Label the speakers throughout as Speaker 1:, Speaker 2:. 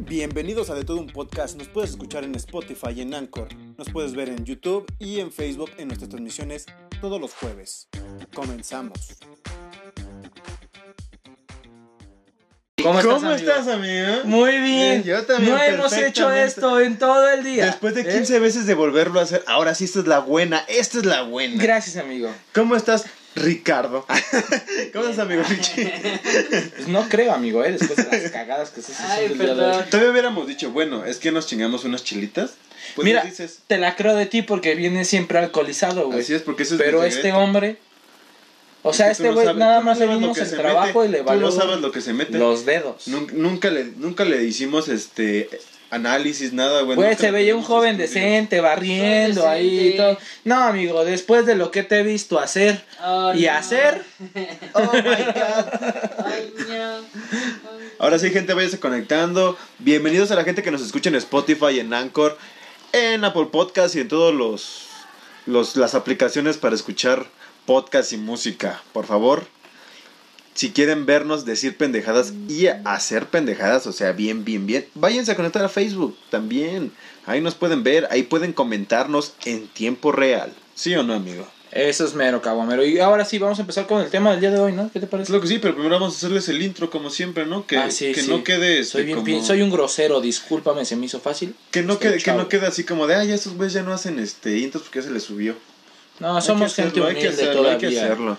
Speaker 1: Bienvenidos a De Todo Un Podcast. Nos puedes escuchar en Spotify y en Anchor. Nos puedes ver en YouTube y en Facebook en nuestras transmisiones todos los jueves. Comenzamos.
Speaker 2: ¿Cómo estás,
Speaker 3: ¿Cómo
Speaker 2: amigo?
Speaker 3: estás, amigo?
Speaker 2: Muy
Speaker 3: Bien,
Speaker 2: bien.
Speaker 3: yo también,
Speaker 2: No hemos hecho
Speaker 3: perfectamente.
Speaker 2: esto en todo el día.
Speaker 3: Después de
Speaker 2: ¿eh?
Speaker 3: 15 veces de volverlo a hacer, ahora sí, esta es la buena, esta es la buena.
Speaker 2: ¿Eh? Gracias, amigo.
Speaker 3: ¿Cómo estás, Ricardo? ¿Cómo estás, amigo Richie?
Speaker 2: Pues no creo, amigo, ¿eh? después de las cagadas que se
Speaker 4: Ay,
Speaker 2: haciendo el día de
Speaker 4: perdón.
Speaker 2: hoy.
Speaker 3: Todavía hubiéramos dicho, bueno, es que nos chingamos unas chilitas. Pues
Speaker 2: Mira,
Speaker 3: nos dices,
Speaker 2: te la creo de ti porque viene siempre alcoholizado, güey.
Speaker 3: así es, porque eso es
Speaker 2: Pero
Speaker 3: mi
Speaker 2: este
Speaker 3: secreto.
Speaker 2: hombre. O
Speaker 3: Es que
Speaker 2: sea,
Speaker 3: tú
Speaker 2: este
Speaker 3: no
Speaker 2: güey
Speaker 3: sabes-
Speaker 2: nada
Speaker 3: tú
Speaker 2: más
Speaker 3: no
Speaker 2: le
Speaker 3: sabes lo
Speaker 2: dimos
Speaker 3: que
Speaker 2: el
Speaker 3: se
Speaker 2: trabajo
Speaker 3: mete,
Speaker 2: y le valió
Speaker 3: Tú no sabes lo que se mete.
Speaker 2: los dedos.
Speaker 3: Nun- Nunca le, nunca le hicimos este análisis, nada, güey.
Speaker 2: Güey,
Speaker 3: nunca
Speaker 2: se
Speaker 3: le este
Speaker 2: veía un
Speaker 3: pedimos
Speaker 2: joven
Speaker 3: estudios.
Speaker 2: decente, barriendo ahí y
Speaker 4: decente.
Speaker 2: todo. No, amigo, después de lo que te he visto hacer
Speaker 4: Ay,
Speaker 2: y
Speaker 4: no.
Speaker 2: hacer,
Speaker 3: Oh my god.
Speaker 4: Ay, no. Ay.
Speaker 3: Ahora sí, gente, váyase conectando. Bienvenidos a la gente que nos escucha en Spotify, en Anchor, en Apple Podcast y en todos los, los las aplicaciones para escuchar podcast y música. Por favor, si quieren vernos decir pendejadas y hacer pendejadas, o sea, bien, bien, bien, váyanse a conectar a Facebook también. Ahí nos pueden ver, ahí pueden comentarnos en tiempo real. ¿Sí o no, amigo?
Speaker 2: eso es mero caguamero. Y ahora sí, vamos a empezar con el tema del día de hoy, ¿no? ¿Qué te
Speaker 3: Es
Speaker 2: parece?
Speaker 3: lo que sí, pero primero vamos a hacerles el intro como siempre, ¿no? Que,
Speaker 2: Ah, sí,
Speaker 3: que
Speaker 2: sí.
Speaker 3: no quede este,
Speaker 2: Soy, bien
Speaker 3: como-
Speaker 2: pin- soy un grosero, discúlpame, se me hizo fácil.
Speaker 3: Que no,
Speaker 2: Estoy
Speaker 3: quede, que
Speaker 2: Este, chavo.
Speaker 3: no quede así como de, ay, esos güeyes ya no hacen este intros porque ya se les subió.
Speaker 2: No,
Speaker 3: Hay
Speaker 2: somos
Speaker 3: que
Speaker 2: gente
Speaker 3: hacerlo,
Speaker 2: humilde
Speaker 3: hay que hacerlo,
Speaker 2: todavía.
Speaker 3: hay que hacerlo.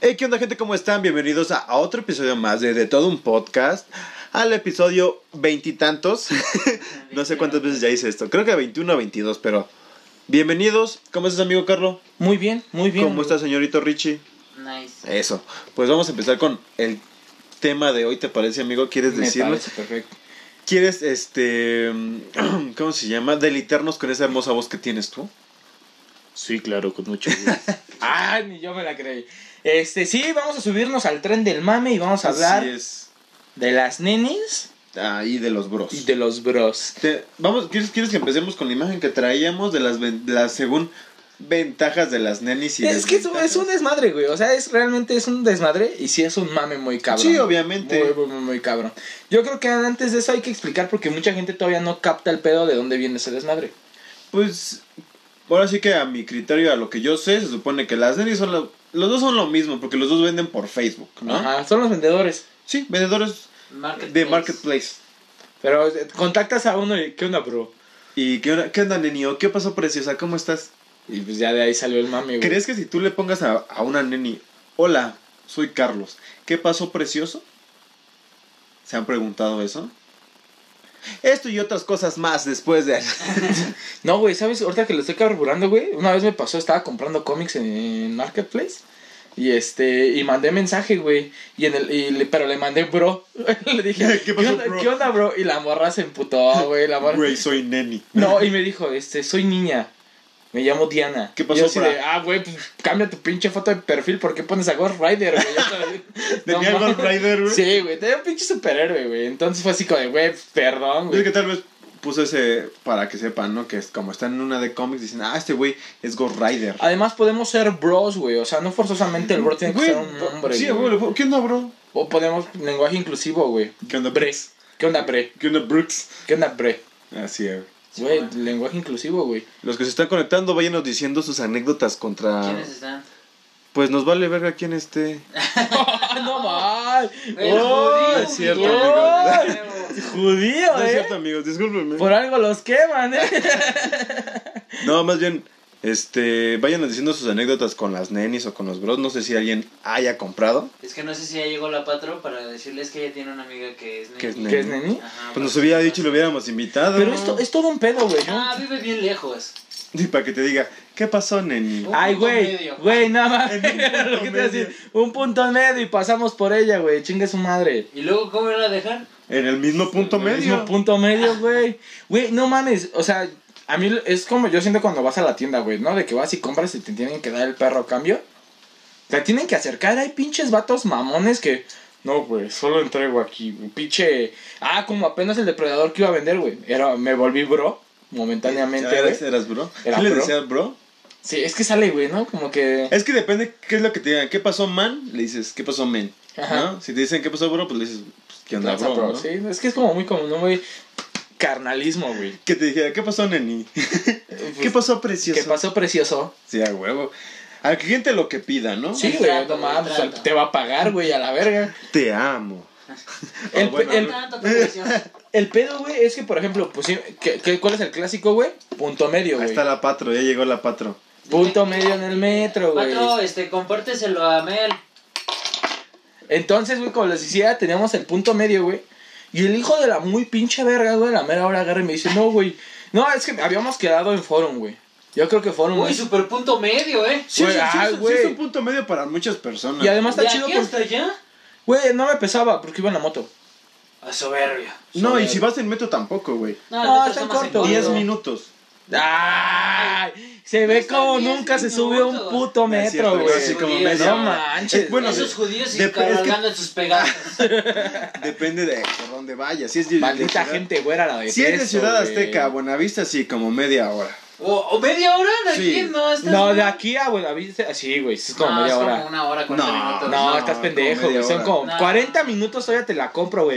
Speaker 3: Hey, ¿qué onda, gente? ¿Cómo están? Bienvenidos a, a otro episodio más de De Todo Un Podcast. Al episodio veintitantos. no sé cuántas veces ya hice esto. Creo que 21 o 22, pero... Bienvenidos. ¿Cómo estás, amigo Carlos?
Speaker 2: Muy bien, muy bien.
Speaker 3: ¿Cómo estás, señorito Richie?
Speaker 4: Nice.
Speaker 3: Eso. Pues vamos a empezar con el tema de hoy, ¿te parece, amigo? ¿Quieres
Speaker 2: Me
Speaker 3: decirlo?
Speaker 2: parece perfecto.
Speaker 3: ¿Quieres, este... ¿Cómo se llama? Delitarnos con esa hermosa voz que tienes tú.
Speaker 2: Sí, claro, con mucho gusto. ah, ni yo me la creí. Este, sí, vamos a subirnos al tren del mame y vamos a hablar
Speaker 3: Así es.
Speaker 2: de las nenis
Speaker 3: Ahí de los bros.
Speaker 2: y de los bros.
Speaker 3: Te- vamos, ¿quieres, ¿quieres que empecemos con la imagen que traíamos de las, ven- de las según ventajas de las nenis y
Speaker 2: es que es,
Speaker 3: desventajas?
Speaker 2: es un desmadre, güey. O sea, es realmente es un desmadre y sí es un mame muy cabrón.
Speaker 3: Sí, obviamente.
Speaker 2: Muy, muy, muy, muy cabrón. Yo creo que antes de eso hay que explicar porque mucha gente todavía no capta el pedo de dónde viene ese desmadre.
Speaker 3: Pues, ahora sí que a mi criterio, a lo que yo sé, se supone que las nenis son la- los dos son lo mismo, porque los dos venden por Facebook, ¿no?
Speaker 2: Ajá, son los vendedores.
Speaker 3: Sí, vendedores de Marketplace.
Speaker 2: Pero eh, contactas a uno y, ¿qué onda, bro?
Speaker 3: ¿Y qué, onda- qué onda, neni? ¿O ¿Qué pasó, preciosa? ¿Cómo estás?
Speaker 2: Y pues ya de ahí salió el mame, güey.
Speaker 3: ¿Crees que si tú le pongas a, a una neni, hola, soy Carlos, ¿qué pasó precioso? ¿Se han preguntado eso? Esto y otras cosas más después de...
Speaker 2: No, güey, ¿sabes? Ahorita que lo estoy carburando, güey, una vez me pasó, estaba comprando cómics en, en Marketplace. Y este, y mandé mensaje, güey. Y en el, y le- pero le mandé bro. le dije,
Speaker 3: ¿Qué pasó,
Speaker 2: onda,
Speaker 3: bro?"
Speaker 2: ¿qué onda, bro? Y la morra se emputó, güey. La morra.
Speaker 3: Güey, soy neni.
Speaker 2: No, y me dijo, este, soy niña. Me llamo Diana.
Speaker 3: ¿Qué
Speaker 2: Y
Speaker 3: pasó,
Speaker 2: yo así
Speaker 3: bra?
Speaker 2: de, ah, güey, pues cambia tu pinche foto de perfil. ¿Por qué pones a Ghost Rider, güey? Ya sabes. No
Speaker 3: Tenía el
Speaker 2: mames.
Speaker 3: Ghost Rider, güey.
Speaker 2: Sí, güey, tenía un pinche superhéroe, güey. Entonces fue así como de, güey, perdón,
Speaker 3: Es
Speaker 2: güey.
Speaker 3: que tal vez puse ese para que sepan, ¿no? Que es como están en una de cómics, dicen, ah, este güey es Ghost Rider.
Speaker 2: Además podemos ser bros, güey. O sea, no forzosamente el bro tiene que
Speaker 3: Güey,
Speaker 2: ser un hombre.
Speaker 3: Sí,
Speaker 2: güey.
Speaker 3: güey, ¿qué onda, bro?
Speaker 2: O podemos lenguaje inclusivo, güey.
Speaker 3: ¿Qué onda,
Speaker 2: Bre.
Speaker 3: Brooks?
Speaker 2: ¿Qué onda, bre?
Speaker 3: ¿Qué onda, Brooks?
Speaker 2: ¿Qué onda, bre?
Speaker 3: Así es.
Speaker 2: Güey,
Speaker 4: Sí,
Speaker 2: lenguaje inclusivo, güey.
Speaker 3: Los que se están conectando, váyanos diciendo sus anécdotas contra...
Speaker 4: ¿Quiénes están?
Speaker 3: Pues nos vale verga quién esté.
Speaker 2: ¡Ah, no mal!
Speaker 4: Güey,
Speaker 2: ¡Oh!
Speaker 4: judío,
Speaker 3: es cierto,
Speaker 4: güey.
Speaker 2: ¡Oh!
Speaker 4: Huevo.
Speaker 2: ¡Judío,
Speaker 3: No es
Speaker 2: eh!
Speaker 3: cierto, amigos, discúlpenme.
Speaker 2: Por algo los queman, eh.
Speaker 3: No, más bien, este, váyanos diciendo sus anécdotas con las nenis o con los bros. No sé si alguien haya comprado.
Speaker 4: Es que no sé si ya llegó la patro para decirles que ella tiene una amiga que es neni.
Speaker 3: Que es neni.
Speaker 2: ¿Qué es, neni?
Speaker 4: Ajá,
Speaker 3: Pues nos
Speaker 4: para-
Speaker 3: hubiera dicho y lo hubiéramos invitado.
Speaker 2: Pero esto es todo un pedo, güey. ¿no?
Speaker 4: Ah, vive bien lejos.
Speaker 3: Y para que te diga, ¿qué pasó, neni?
Speaker 4: Un
Speaker 2: Ay,
Speaker 4: punto
Speaker 2: güey,
Speaker 4: medio.
Speaker 2: güey, nada más.
Speaker 3: En un
Speaker 2: Era
Speaker 3: punto
Speaker 2: lo que te iba a decir.
Speaker 3: medio.
Speaker 2: Un punto medio y pasamos por ella, güey. Chingue su madre.
Speaker 4: ¿Y luego cómo iban a dejar?
Speaker 3: En el mismo punto
Speaker 2: El mismo
Speaker 3: medio.
Speaker 2: punto medio, güey. Güey, no mames. O sea, a mí es como yo siento cuando vas a la tienda, güey, ¿no? De que vas y compras y te tienen que dar el perro a cambio. Te tienen que acercar. Hay pinches vatos mamones que. No, güey, solo entrego aquí, güey. Pinche. Ah, como apenas el depredador que iba a vender, güey. Era, me volví bro, momentáneamente,
Speaker 3: Ya
Speaker 2: güey.
Speaker 3: eras- eras bro.
Speaker 2: Era
Speaker 3: ¿Sí ¿eh? le
Speaker 2: bro.
Speaker 3: decías bro?
Speaker 2: Sí, es que sale, güey, ¿no? Como que.
Speaker 3: Es que depende qué es lo que te digan. ¿Qué pasó, man? Le dices, ¿qué pasó, men?
Speaker 2: Ajá.
Speaker 3: ¿No? Si te dicen, ¿qué pasó, bro? Pues le dices, pues, ¿qué onda,
Speaker 2: Lanza,
Speaker 3: bro?
Speaker 2: bro,
Speaker 3: ¿no?
Speaker 2: sí, es que es como muy común, ¿no? Muy carnalismo, güey.
Speaker 3: Que te dijera, ¿qué pasó, neni? ¿Qué
Speaker 2: Pues,
Speaker 3: pasó, precioso?
Speaker 2: ¿Qué pasó, precioso?
Speaker 3: Sí, a huevo. Al cliente lo que pida, ¿no?
Speaker 2: Sí,
Speaker 4: El
Speaker 2: güey,
Speaker 4: trato,
Speaker 2: no mames,
Speaker 4: el trato.
Speaker 2: te va a pagar, güey, a la verga.
Speaker 3: Te amo.
Speaker 2: El-
Speaker 3: Ah, bueno,
Speaker 2: el-
Speaker 4: No tanto tu presión.
Speaker 2: El pedo, güey, es que, por ejemplo, pues sí, ¿qué- qué- ¿cuál es el clásico, güey? Punto medio,
Speaker 3: Ahí
Speaker 2: güey.
Speaker 3: está la patro, ya llegó la patro.
Speaker 2: Punto medio en el metro,
Speaker 3: Pues,
Speaker 2: güey.
Speaker 4: Patro, este, compárteselo a Mel.
Speaker 2: Entonces, güey, como les decía, teníamos el punto medio, güey. Y el hijo de la muy pinche verga, güey, a la mera hora agarra y me dice, no, güey. No, es que habíamos quedado en Forum, güey. Yo creo que Forum
Speaker 4: Uy,
Speaker 2: es...
Speaker 4: super punto medio, ¿eh?
Speaker 2: Sí,
Speaker 3: Güey,
Speaker 2: sí, sí,
Speaker 3: ah,
Speaker 2: sí,
Speaker 3: güey.
Speaker 2: sí,
Speaker 3: es
Speaker 2: sí.
Speaker 3: un punto medio para muchas personas.
Speaker 2: Y además
Speaker 4: ¿De
Speaker 2: está chido
Speaker 4: aquí
Speaker 3: pues.
Speaker 2: porque...
Speaker 4: hasta allá?
Speaker 2: Güey, no me pesaba porque iba en la moto.
Speaker 4: A soberbio.
Speaker 3: No, y si vas en metro tampoco, güey.
Speaker 2: Ah,
Speaker 4: nosotros
Speaker 2: está
Speaker 4: somos
Speaker 2: corto.
Speaker 4: en
Speaker 3: 10
Speaker 2: Todo.
Speaker 3: minutos.
Speaker 2: ¡Ay! Se
Speaker 4: No
Speaker 2: ve
Speaker 4: están
Speaker 2: como
Speaker 4: diez
Speaker 2: nunca se
Speaker 4: minutos.
Speaker 2: sube a un puto
Speaker 3: No es
Speaker 2: metro,
Speaker 3: cierto,
Speaker 2: güey.
Speaker 3: Así como
Speaker 4: No
Speaker 3: media hora.
Speaker 2: manches,
Speaker 3: Es bueno,
Speaker 4: Esos
Speaker 3: de-
Speaker 4: judíos y
Speaker 3: de- es que
Speaker 4: cabalgando en sus pegadas.
Speaker 3: depende de por dónde vayas. Si es de- de
Speaker 2: Maldita
Speaker 3: ciudad-
Speaker 2: gente, güey, era la de
Speaker 3: Si es de Ciudad Azteca a Buenavista, sí, como media hora.
Speaker 4: O, o media hora de aquí,
Speaker 3: Sí.
Speaker 4: no, estás
Speaker 2: No, de
Speaker 4: mal.
Speaker 2: aquí a Buenavista... Sí, güey, es como
Speaker 4: No,
Speaker 2: media
Speaker 4: es
Speaker 2: hora.
Speaker 4: como una hora, 40
Speaker 3: No,
Speaker 4: minutos.
Speaker 2: No,
Speaker 3: No,
Speaker 2: estás
Speaker 3: como
Speaker 2: pendejo,
Speaker 3: media
Speaker 2: güey. Son
Speaker 3: hora.
Speaker 2: como
Speaker 4: No.
Speaker 2: 40 minutos todavía te la compro, güey.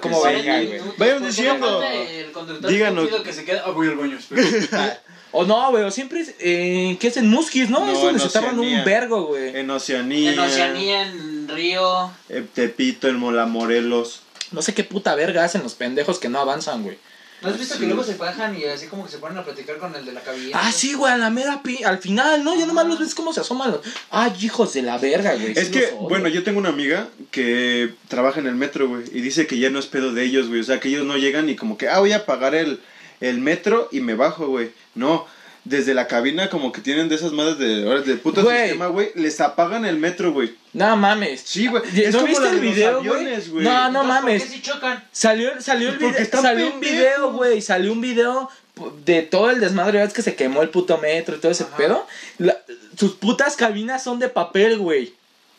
Speaker 3: Claro que
Speaker 2: cómo
Speaker 3: sí.
Speaker 2: venga,
Speaker 4: 40
Speaker 2: güey.
Speaker 4: minutos,
Speaker 3: Vayan
Speaker 4: porque
Speaker 3: diciendo.
Speaker 4: aparte El conductor
Speaker 3: Díganos.
Speaker 4: estúpido que se queda. Ah, voy al baño, espera.
Speaker 2: O no, güey. O siempre es. Eh, ¿Qué es en Muskis, no?
Speaker 3: No, Eh.
Speaker 2: es donde
Speaker 3: en
Speaker 2: se tardan un
Speaker 3: Oceanía.
Speaker 2: vergo, güey.
Speaker 3: En Oceanía.
Speaker 2: eh,
Speaker 4: En Oceanía, en Río.
Speaker 3: en Tepito, en Mola Morelos.
Speaker 2: No sé qué puta verga hacen los pendejos que no avanzan, güey.
Speaker 4: ¿No has visto
Speaker 3: Sí.
Speaker 4: que luego se bajan y así como que se ponen a platicar con el de la cabina?
Speaker 2: Ah, sí, güey. A la mera pi- Al final, ¿no? Ya nomás los ves cómo se asoman. los- Ay, hijos de la verga, güey.
Speaker 3: Es
Speaker 2: sí
Speaker 3: que,
Speaker 2: los odio.
Speaker 3: bueno, yo tengo una amiga que trabaja en el metro, güey, y dice que ya no es pedo de ellos, güey. O sea, que ellos no llegan y como que, ah, voy a pagar el, el metro y me bajo, güey. No, desde la cabina como que tienen de esas madres de horas del puto
Speaker 2: Güey.
Speaker 3: sistema, güey. Les apagan el metro, güey.
Speaker 2: No mames.
Speaker 3: Sí, güey.
Speaker 2: ¿No
Speaker 3: es como
Speaker 2: viste
Speaker 3: la
Speaker 2: el
Speaker 3: de los
Speaker 2: video,
Speaker 3: aviones, güey.
Speaker 2: güey? No, no
Speaker 4: Entonces, ¿por
Speaker 2: mames.
Speaker 4: qué si chocan?
Speaker 2: Salió, salió el
Speaker 3: Pues Porque
Speaker 2: video,
Speaker 3: están
Speaker 2: salió un
Speaker 3: pendejos.
Speaker 2: video, güey, salió un video pu- de todo el desmadre, ¿ves que se quemó el puto metro y todo ese
Speaker 4: Ajá.
Speaker 2: pedo? La- sus putas cabinas son de papel, güey.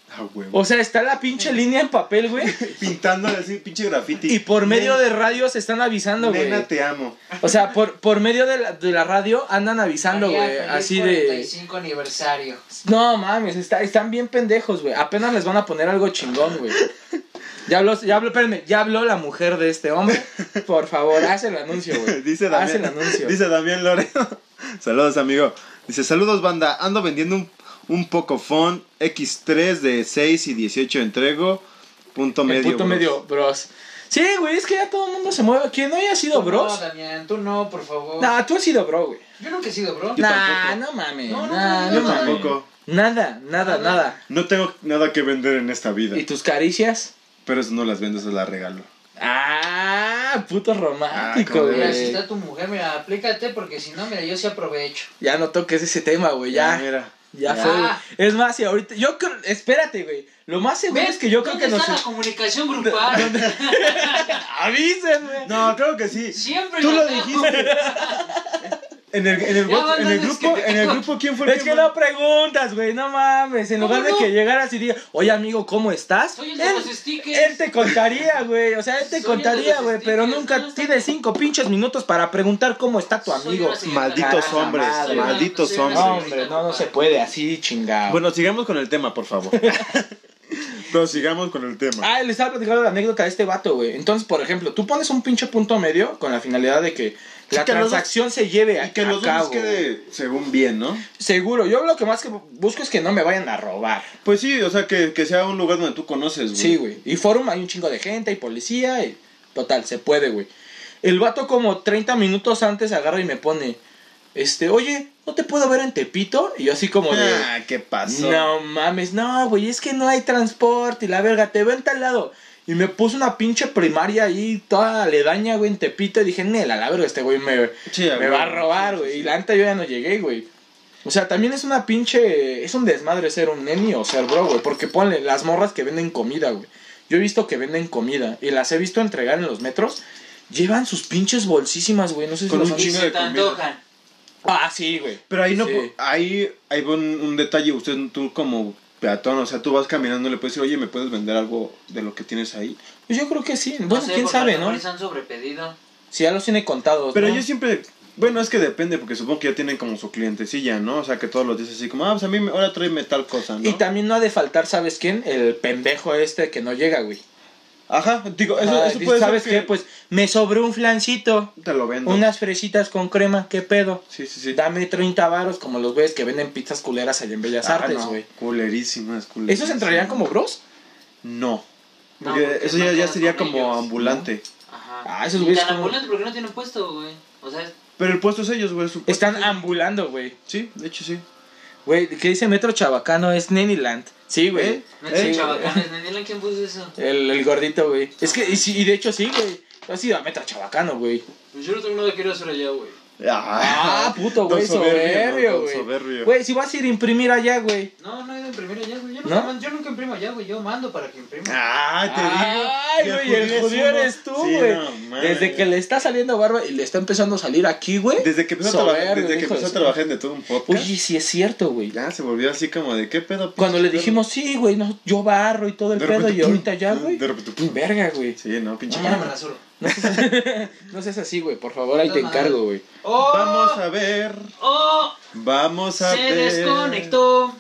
Speaker 3: Ah, güey.
Speaker 2: O sea, está la pinche línea en papel, güey,
Speaker 3: Pintando así pinche graffiti.
Speaker 2: y por medio
Speaker 3: Nen-
Speaker 2: de radio se están avisando, güey.
Speaker 3: Nena, te amo.
Speaker 2: O sea, por, por medio de la, de la radio andan avisando,
Speaker 4: María,
Speaker 2: güey,
Speaker 4: feliz
Speaker 2: así de
Speaker 4: 45 aniversario.
Speaker 2: No mames, está- están bien pendejos, güey. Apenas les van a poner algo chingón, güey. Ya habló, ya habló, espérenme, ya habló la mujer de este hombre. Por favor, haz el anuncio, güey.
Speaker 3: Dice
Speaker 2: haz el
Speaker 3: Damián,
Speaker 2: anuncio.
Speaker 3: dice Damián Loreo. Saludos, amigo. Dice, saludos, banda. Ando vendiendo un, un Pocophone X3 de 6 y 18 entrego. Punto
Speaker 2: El
Speaker 3: medio.
Speaker 2: puto
Speaker 3: bros.
Speaker 2: medio, bros. Sí, güey, es que ya todo el mundo se mueve. ¿Quién no haya sido
Speaker 4: Tú Pues No,
Speaker 2: bros?
Speaker 4: Damián, tú no, por favor.
Speaker 2: Nah, tú has sido bro, güey.
Speaker 4: Yo nunca he sido bro.
Speaker 3: Yo
Speaker 2: Nah,
Speaker 3: tampoco.
Speaker 2: no mames.
Speaker 4: No, no,
Speaker 2: nah,
Speaker 4: no,
Speaker 2: no
Speaker 3: Yo
Speaker 2: mames.
Speaker 3: tampoco.
Speaker 2: Nada, nada,
Speaker 4: Nada.
Speaker 2: nada.
Speaker 3: No tengo nada que vender en esta vida.
Speaker 2: ¿Y tus caricias?
Speaker 3: Pero eso no las vendo, eso las regalo.
Speaker 2: Ah, puto
Speaker 3: Ah,
Speaker 2: romántico,
Speaker 3: como
Speaker 4: Mira,
Speaker 3: de-
Speaker 4: si
Speaker 2: güey.
Speaker 4: está tu mujer, mira, aplícate porque si no, mira, yo sí aprovecho.
Speaker 2: Ya no toques ese tema, güey. Ya.
Speaker 3: Mira.
Speaker 2: Ya
Speaker 4: Ya.
Speaker 2: fue, güey. Es más, si ahorita. Yo creo. Espérate, Este güey. Lo más seguro
Speaker 4: ¿Ves?
Speaker 2: es que yo creo
Speaker 4: ¿Dónde
Speaker 2: que nos.
Speaker 4: está la comunicación grupal?
Speaker 2: Avísenme.
Speaker 3: No, claro que sí.
Speaker 4: Siempre
Speaker 3: Tú
Speaker 4: la
Speaker 3: lo
Speaker 4: tengo.
Speaker 3: dijiste. En el, en el,
Speaker 4: Ya,
Speaker 3: whats- en
Speaker 4: banda,
Speaker 3: el
Speaker 4: es
Speaker 3: grupo,
Speaker 4: que-
Speaker 3: en el grupo, ¿quién fue el
Speaker 2: Es que
Speaker 3: mandó?
Speaker 2: no preguntas, güey, no mames. En
Speaker 4: ¿Cómo
Speaker 2: lugar de
Speaker 4: no?
Speaker 2: que llegaras y digas, oye amigo, ¿cómo estás?
Speaker 4: Soy el de
Speaker 2: él,
Speaker 4: los stickers.
Speaker 2: él te contaría, güey. O sea, él te
Speaker 4: Soy el de
Speaker 2: contaría,
Speaker 4: los
Speaker 2: güey. Pero
Speaker 4: stickers,
Speaker 2: nunca
Speaker 4: no, no está
Speaker 2: tiene
Speaker 4: bien.
Speaker 2: cinco pinches minutos para preguntar cómo está tu
Speaker 4: Soy
Speaker 2: amigo.
Speaker 4: una señora.
Speaker 3: Malditos
Speaker 2: Carajo,
Speaker 3: hombres,
Speaker 2: madre.
Speaker 3: malditos
Speaker 4: Soy una
Speaker 3: hombres.
Speaker 2: No,
Speaker 4: señorita
Speaker 2: hombre, no, no
Speaker 4: ocupada.
Speaker 2: se puede así, chingado.
Speaker 3: Bueno, sigamos con el tema, por favor. Pero sigamos con el tema.
Speaker 2: Ah, le estaba platicando la anécdota de este vato, güey. Entonces, por ejemplo, tú pones un pinche punto medio con la finalidad de que la
Speaker 3: que los dos-
Speaker 2: transacción se lleve a,
Speaker 3: Y que los
Speaker 2: a
Speaker 3: dos
Speaker 2: cabo.
Speaker 3: nos quede según bien, ¿no?
Speaker 2: Seguro, yo lo que más que busco es que no me vayan a robar.
Speaker 3: Pues sí, o sea, que, que sea un lugar donde tú conoces, güey.
Speaker 2: Sí, güey. Y forum hay un chingo de gente y policía y total, se puede, güey. El vato como 30 minutos antes agarra y me pone, este, oye, ¿no te puedo ver en Tepito? Y yo así como de...
Speaker 3: Ah, ¿qué pasó?
Speaker 2: No mames, no, güey, es que no hay transporte y la verga, te veo en tal lado. Y me puso una pinche primaria ahí, toda aledaña, güey, en Tepito. Y dije, nela, la verga, este güey me,
Speaker 3: Sí,
Speaker 2: me
Speaker 3: güey.
Speaker 2: va a robar,
Speaker 3: Sí,
Speaker 2: güey.
Speaker 3: sí,
Speaker 2: Y
Speaker 3: sí.
Speaker 2: la neta yo ya no llegué, güey. O sea, también es una pinche. Es un desmadre ser un neni o ser bro, güey. Porque ponle las morras que venden comida, güey. Yo he visto que venden comida y las he visto entregar en los metros. Llevan sus pinches bolsísimas, güey. No sé si
Speaker 3: Con
Speaker 2: los
Speaker 3: un
Speaker 2: han-
Speaker 4: Y
Speaker 3: chingo
Speaker 4: se
Speaker 3: de
Speaker 4: te
Speaker 3: comida.
Speaker 4: antojan.
Speaker 2: Ah, sí, güey.
Speaker 3: Pero ahí no.
Speaker 2: Sí.
Speaker 3: po- Ahí, ahí va un, un detalle. Usted, tú como peatón, o sea, tú vas caminando, le puedes decir, oye, ¿me puedes vender algo de lo que tienes ahí?
Speaker 2: Pues yo creo que sí.
Speaker 4: No
Speaker 2: Bueno,
Speaker 4: sé,
Speaker 2: quién
Speaker 4: porque a
Speaker 2: sabe,
Speaker 4: lo
Speaker 2: ¿no?
Speaker 4: mejor están sobrepedido.
Speaker 2: Si ya los tiene contados.
Speaker 3: Pero
Speaker 2: Pues ¿no?
Speaker 3: yo siempre Bueno, es que depende, porque supongo que ya tienen como su clientecilla, ¿no? O sea, que todos los días así como, ah, pues a mí me- ahora tráeme tal cosa, ¿no?
Speaker 2: Y también no ha de faltar, ¿sabes quién? El pendejo este que no llega, güey.
Speaker 3: Ajá, digo, eso,
Speaker 2: Ah,
Speaker 3: eso
Speaker 2: dice,
Speaker 3: puede
Speaker 2: ¿Sabes
Speaker 3: ser que
Speaker 2: qué? Pues me sobró un flancito,
Speaker 3: te lo vendo.
Speaker 2: unas fresitas con crema, ¿qué pedo?
Speaker 3: Sí, sí, sí.
Speaker 2: Dame 30 varos como los güeyes que venden pizzas culeras allá en Bellas
Speaker 3: Ah,
Speaker 2: Artes,
Speaker 3: no,
Speaker 2: güey.
Speaker 3: Culerísimas, culerísimas.
Speaker 2: ¿Esos entrarían como bros?
Speaker 3: No.
Speaker 4: No,
Speaker 3: Porque
Speaker 4: porque
Speaker 3: eso
Speaker 4: no
Speaker 3: ya, ya
Speaker 4: todos
Speaker 3: sería
Speaker 4: son
Speaker 3: como
Speaker 4: ellos.
Speaker 3: ambulante.
Speaker 4: Ajá.
Speaker 2: Ah, esos
Speaker 4: Y
Speaker 2: güeyes
Speaker 4: tan
Speaker 2: como-
Speaker 4: ambulantes porque no tienen puesto, güey. O sea,
Speaker 3: Pero el puesto es ellos, güey. su puesto
Speaker 2: Están
Speaker 3: es-
Speaker 2: ambulando, güey.
Speaker 3: Sí, de hecho sí.
Speaker 2: Güey, ¿qué dice Metro Chabacano? Es Neniland. Sí, güey.
Speaker 3: ¿Eh?
Speaker 4: no es
Speaker 2: Sí,
Speaker 4: un chabacanes. Daniela, ¿quién puso eso?
Speaker 2: El, el gordito, güey. Es que, y, sí- y de hecho sí, güey. Tú has ido a Metro Chabacano, güey.
Speaker 4: Pues yo no tengo nada que ir a hacer allá, güey.
Speaker 2: Ah, puto, güey,
Speaker 3: Don soberbio,
Speaker 2: soberbio,
Speaker 3: don
Speaker 2: güey.
Speaker 3: soberbio.
Speaker 2: Güey, si vas a ir a imprimir allá, güey.
Speaker 4: No, no he ido a imprimir allá, güey. Yo,
Speaker 2: ¿No?
Speaker 4: nunca mando- yo nunca imprimo allá, güey. Yo mando para que
Speaker 3: Ah,
Speaker 4: imprima.
Speaker 3: Ay, te digo.
Speaker 2: Ay,
Speaker 3: que
Speaker 2: güey, el
Speaker 3: es
Speaker 2: judío
Speaker 3: uno.
Speaker 2: eres tú,
Speaker 3: Sí,
Speaker 2: güey.
Speaker 3: no, mames.
Speaker 2: Desde que le está saliendo barba y le está empezando a salir aquí, güey.
Speaker 3: Desde que empezó a
Speaker 2: Soberbio,
Speaker 3: trabajar, desde que
Speaker 2: hijo de
Speaker 3: empezó a
Speaker 2: su-
Speaker 3: trabajar en de todo un podcast.
Speaker 2: Oye, sí es cierto, güey.
Speaker 3: Ya se volvió así como de qué pedo.
Speaker 2: Cuando le
Speaker 3: pinche
Speaker 2: dijimos, sí, güey, no, yo barro y todo el
Speaker 3: perro?" De
Speaker 2: pedo,
Speaker 3: repente,
Speaker 2: y ahorita
Speaker 3: pum,
Speaker 2: ya,
Speaker 3: pum,
Speaker 2: güey.
Speaker 3: De repente, pum.
Speaker 2: Verga, güey.
Speaker 3: Sí, no, pinche.
Speaker 4: Mañana me rasuro.
Speaker 2: No seas así, güey, por favor, ahí
Speaker 4: No
Speaker 2: te
Speaker 4: mames.
Speaker 2: encargo, güey.
Speaker 4: ¡Oh!
Speaker 3: Vamos a ver.
Speaker 4: ¡Oh!
Speaker 3: Vamos a
Speaker 4: Se
Speaker 3: ver.
Speaker 4: desconectó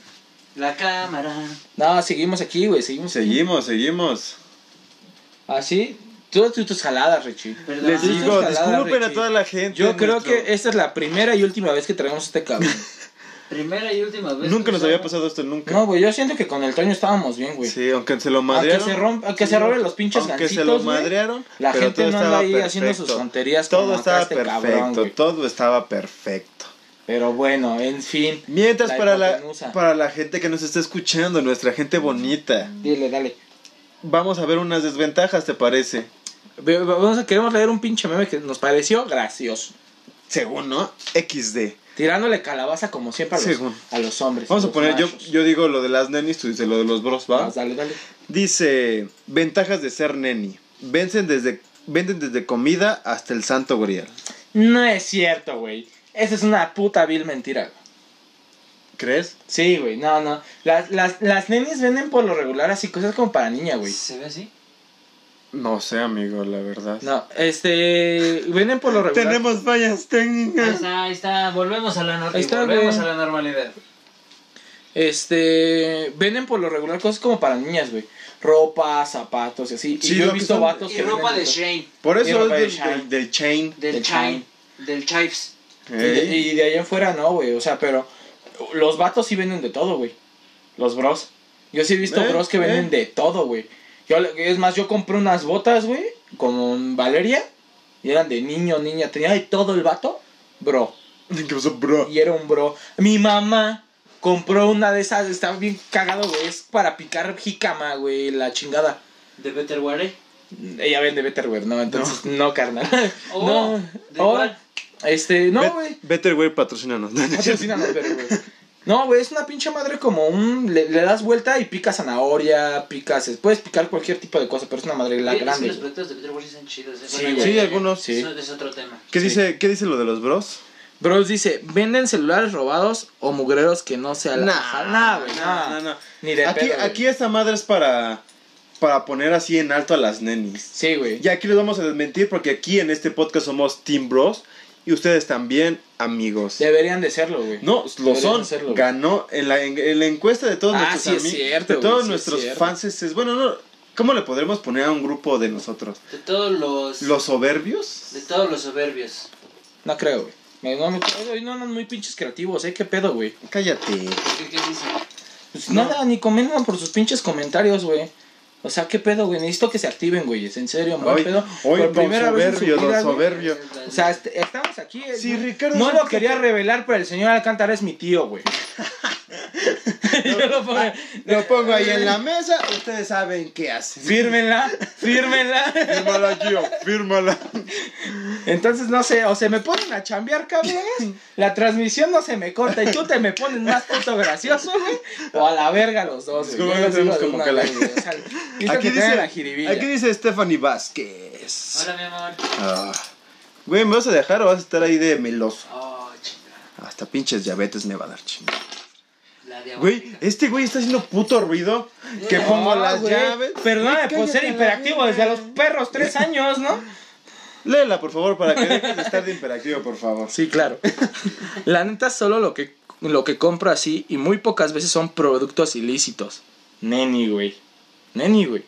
Speaker 4: la cámara.
Speaker 2: No, seguimos aquí, güey, seguimos ¿Ah, aquí.
Speaker 3: Seguimos, seguimos.
Speaker 2: Así, todas tus, tus jaladas, Richie.
Speaker 4: Perdón.
Speaker 3: Les
Speaker 2: tú estás
Speaker 3: digo,
Speaker 2: jalada,
Speaker 3: disculpen a
Speaker 2: Richie.
Speaker 3: toda la gente.
Speaker 2: Yo creo
Speaker 3: nuestro-
Speaker 2: que esta es la primera y última vez que traemos este cabrón.
Speaker 4: Primera y última vez.
Speaker 3: Nunca
Speaker 4: que
Speaker 3: nos
Speaker 4: usaba-
Speaker 3: había pasado esto, nunca.
Speaker 2: no, güey, yo siento que con el Toño estábamos bien, güey.
Speaker 3: Sí, aunque se lo
Speaker 2: aunque
Speaker 3: madrearon.
Speaker 2: se rompa, aunque se roben los pinches
Speaker 3: aunque se
Speaker 2: gancitos,
Speaker 3: lo
Speaker 2: güey,
Speaker 3: madrearon.
Speaker 2: la
Speaker 3: pero
Speaker 2: gente
Speaker 3: todo
Speaker 2: no anda
Speaker 3: estaba
Speaker 2: ahí haciendo sus
Speaker 3: perfecto.
Speaker 2: tonterías como
Speaker 3: Todo
Speaker 2: acá
Speaker 3: estaba
Speaker 2: este
Speaker 3: perfecto,
Speaker 2: cabrón, güey.
Speaker 3: todo estaba perfecto.
Speaker 2: Pero bueno, en fin.
Speaker 3: Mientras
Speaker 2: La
Speaker 3: para la
Speaker 2: hipotenusa.
Speaker 3: para la gente que nos está escuchando, nuestra gente bonita,
Speaker 2: Dile, dale.
Speaker 3: vamos a ver unas desventajas, ¿te parece?
Speaker 2: Ve- ve- Vamos a queremos leer un pinche meme que nos pareció gracioso.
Speaker 3: Según, ¿no? XD.
Speaker 2: Tirándole calabaza como siempre a los,
Speaker 3: Según.
Speaker 2: a los hombres.
Speaker 3: Vamos a
Speaker 2: los
Speaker 3: poner yo
Speaker 2: machos.
Speaker 3: yo digo lo de las nenis, tú dices lo de los bros, ¿va?
Speaker 2: Vas, dale, dale.
Speaker 3: Dice, ventajas de ser neni. Vencen desde venden desde comida hasta el santo grial.
Speaker 2: No es cierto, güey. Esa es una puta vil mentira. güey.
Speaker 3: ¿Crees?
Speaker 2: Sí, güey, no, no. Las, las, las nenis venden por lo regular así cosas como para niña, güey.
Speaker 4: ¿Se ve así?
Speaker 3: No sé, amigo, la verdad.
Speaker 2: No, este. Venden por lo regular.
Speaker 3: Tenemos fallas
Speaker 4: Ahí
Speaker 3: técnicas.
Speaker 4: está, ahí está. Volvemos a la, nor-
Speaker 2: Ahí está,
Speaker 4: volvemos
Speaker 2: güey.
Speaker 4: a la normalidad.
Speaker 2: Este. Venden por lo regular cosas como para niñas, güey. Ropa, zapatos y así.
Speaker 3: Sí,
Speaker 2: y yo
Speaker 3: lo
Speaker 2: he
Speaker 3: que
Speaker 2: visto
Speaker 3: son-
Speaker 2: vatos
Speaker 4: Y
Speaker 2: que.
Speaker 4: ropa
Speaker 2: venden
Speaker 4: de
Speaker 2: eso.
Speaker 4: Shane.
Speaker 3: Por
Speaker 2: Y ropa
Speaker 3: eso
Speaker 2: de
Speaker 3: es del-
Speaker 2: Shine.
Speaker 3: del, del chain.
Speaker 4: Del
Speaker 2: Del
Speaker 4: Chine. Del Chives.
Speaker 2: Y de-
Speaker 3: Ey.
Speaker 2: Y de ahí en fuera no, güey. O sea, pero. Los vatos sí venden de todo, güey. Los bros. Yo sí he visto
Speaker 3: Eh,
Speaker 2: bros que venden
Speaker 3: eh.
Speaker 2: de todo, güey. Yo, le- es más, yo compré unas botas, güey, con Valeria. Y eran de niño, niña. Tenía de todo el vato, bro.
Speaker 3: ¿Qué pasó, bro?
Speaker 2: Y era un bro. Mi mamá compró una de esas. Está bien cagado, güey. Es para picar jicama, güey. La chingada.
Speaker 4: De Better Ware.
Speaker 2: Ella vende Betterware, ¿no? Entonces, no, carnal.
Speaker 4: Oh, de
Speaker 2: no. Oh,
Speaker 4: igual.
Speaker 2: este, no,
Speaker 3: Bet-
Speaker 2: güey.
Speaker 3: Better Way patrocínanos.
Speaker 2: Patrocínanos, pero, güey. No, güey, es una pinche madre como un. Le, le das vuelta y picas zanahoria, picas. Puedes picar cualquier tipo de cosa, pero es una madre la
Speaker 4: Oye, es que
Speaker 2: grande.
Speaker 4: Los
Speaker 2: güey.
Speaker 4: productos de Better Ware sí están chidos. eh.
Speaker 2: Sí,
Speaker 4: Bueno,
Speaker 2: güey.
Speaker 4: ya,
Speaker 3: Sí,
Speaker 4: ya,
Speaker 3: algunos.
Speaker 2: Sí.
Speaker 4: Eso es otro tema.
Speaker 3: ¿Qué,
Speaker 2: Sí.
Speaker 3: dice, ¿Qué dice lo de los bros?
Speaker 2: Bros dice: venden celulares robados o mugreros que no sea la.
Speaker 3: Nah,
Speaker 2: nah, güey, nah.
Speaker 3: no, no.
Speaker 2: Ni de
Speaker 3: Aquí,
Speaker 2: pedo, güey.
Speaker 3: aquí esta madre es para, para poner así en alto a las nenis.
Speaker 2: Sí, güey.
Speaker 3: Y aquí les vamos a desmentir porque aquí en este podcast somos Team Bros y ustedes también amigos.
Speaker 2: Deberían de serlo, güey.
Speaker 3: No, lo
Speaker 2: Deberían
Speaker 3: son.
Speaker 2: hacerlo, güey.
Speaker 3: Ganó en la, en, en la encuesta de todos
Speaker 2: Ah,
Speaker 3: nuestros
Speaker 2: sí es
Speaker 3: ami-
Speaker 2: cierto,
Speaker 3: de
Speaker 2: güey,
Speaker 3: todos
Speaker 2: sí es
Speaker 3: nuestros
Speaker 2: cierto.
Speaker 3: fans. es- bueno, no, ¿cómo le podremos poner a un grupo de nosotros?
Speaker 4: De todos los.
Speaker 3: ¿Los soberbios?
Speaker 4: De todos los soberbios.
Speaker 2: No creo, güey. Me- No, me- Oye, no andan muy pinches creativos, ¿eh? ¿Qué pedo, güey?
Speaker 3: Cállate.
Speaker 4: ¿Qué, qué dicen?
Speaker 2: Pues nada, ni comentan por sus pinches comentarios, güey. O sea, ¿qué pedo, güey? Necesito que se activen, güey. Es en serio, muy
Speaker 3: Hoy,
Speaker 2: pedo.
Speaker 3: hoy don
Speaker 2: por primera vez en su
Speaker 3: soberbio, don
Speaker 2: vida, güey.
Speaker 3: soberbio.
Speaker 2: O sea, est- estamos aquí. eh,
Speaker 3: Sí,
Speaker 2: no-
Speaker 3: Ricardo
Speaker 2: No lo
Speaker 3: Sánchez-
Speaker 2: quería revelar, pero el señor Alcántara es mi tío, güey. Yo lo pongo.
Speaker 3: Lo pongo ahí en la mesa, ustedes saben qué hacen.
Speaker 2: Fírmenla, fírmenla.
Speaker 3: Fírmala, Gio, fírmala.
Speaker 2: Entonces, no sé, o se me ponen a chambear, cabrones. La transmisión no se me corta y tú te me pones más puto gracioso, güey. O a la verga los dos, güey.
Speaker 3: Como
Speaker 2: Yo
Speaker 3: no
Speaker 2: los digo
Speaker 3: tenemos
Speaker 2: de
Speaker 3: como
Speaker 2: una
Speaker 3: que la-
Speaker 2: vez, güey. O sea, listo
Speaker 3: Aquí
Speaker 2: que tengan la
Speaker 3: dice,
Speaker 2: jiribilla.
Speaker 3: aquí dice Stephanie Vázquez.
Speaker 4: Hola, mi amor.
Speaker 3: Ah. Güey, ¿me vas a dejar o vas a estar ahí de meloso?
Speaker 4: Oh, chica.
Speaker 3: Hasta pinches diabetes me va a dar chingo.
Speaker 4: La diabólica.
Speaker 3: Güey, este güey está haciendo puto ruido. Que
Speaker 2: No,
Speaker 3: pongo las
Speaker 2: güey.
Speaker 3: llaves.
Speaker 2: Perdóname
Speaker 3: Güey,
Speaker 2: por
Speaker 3: cállate
Speaker 2: ser
Speaker 3: a la
Speaker 2: hiperactivo desde a
Speaker 3: verga.
Speaker 2: los perros tres años, ¿no?
Speaker 3: Léela, por favor, para que dejes de estar de imperativo, por favor.
Speaker 2: Sí, claro. La neta, solo lo que, lo que compro así y muy pocas veces son productos ilícitos. Neni, güey. Neni, güey.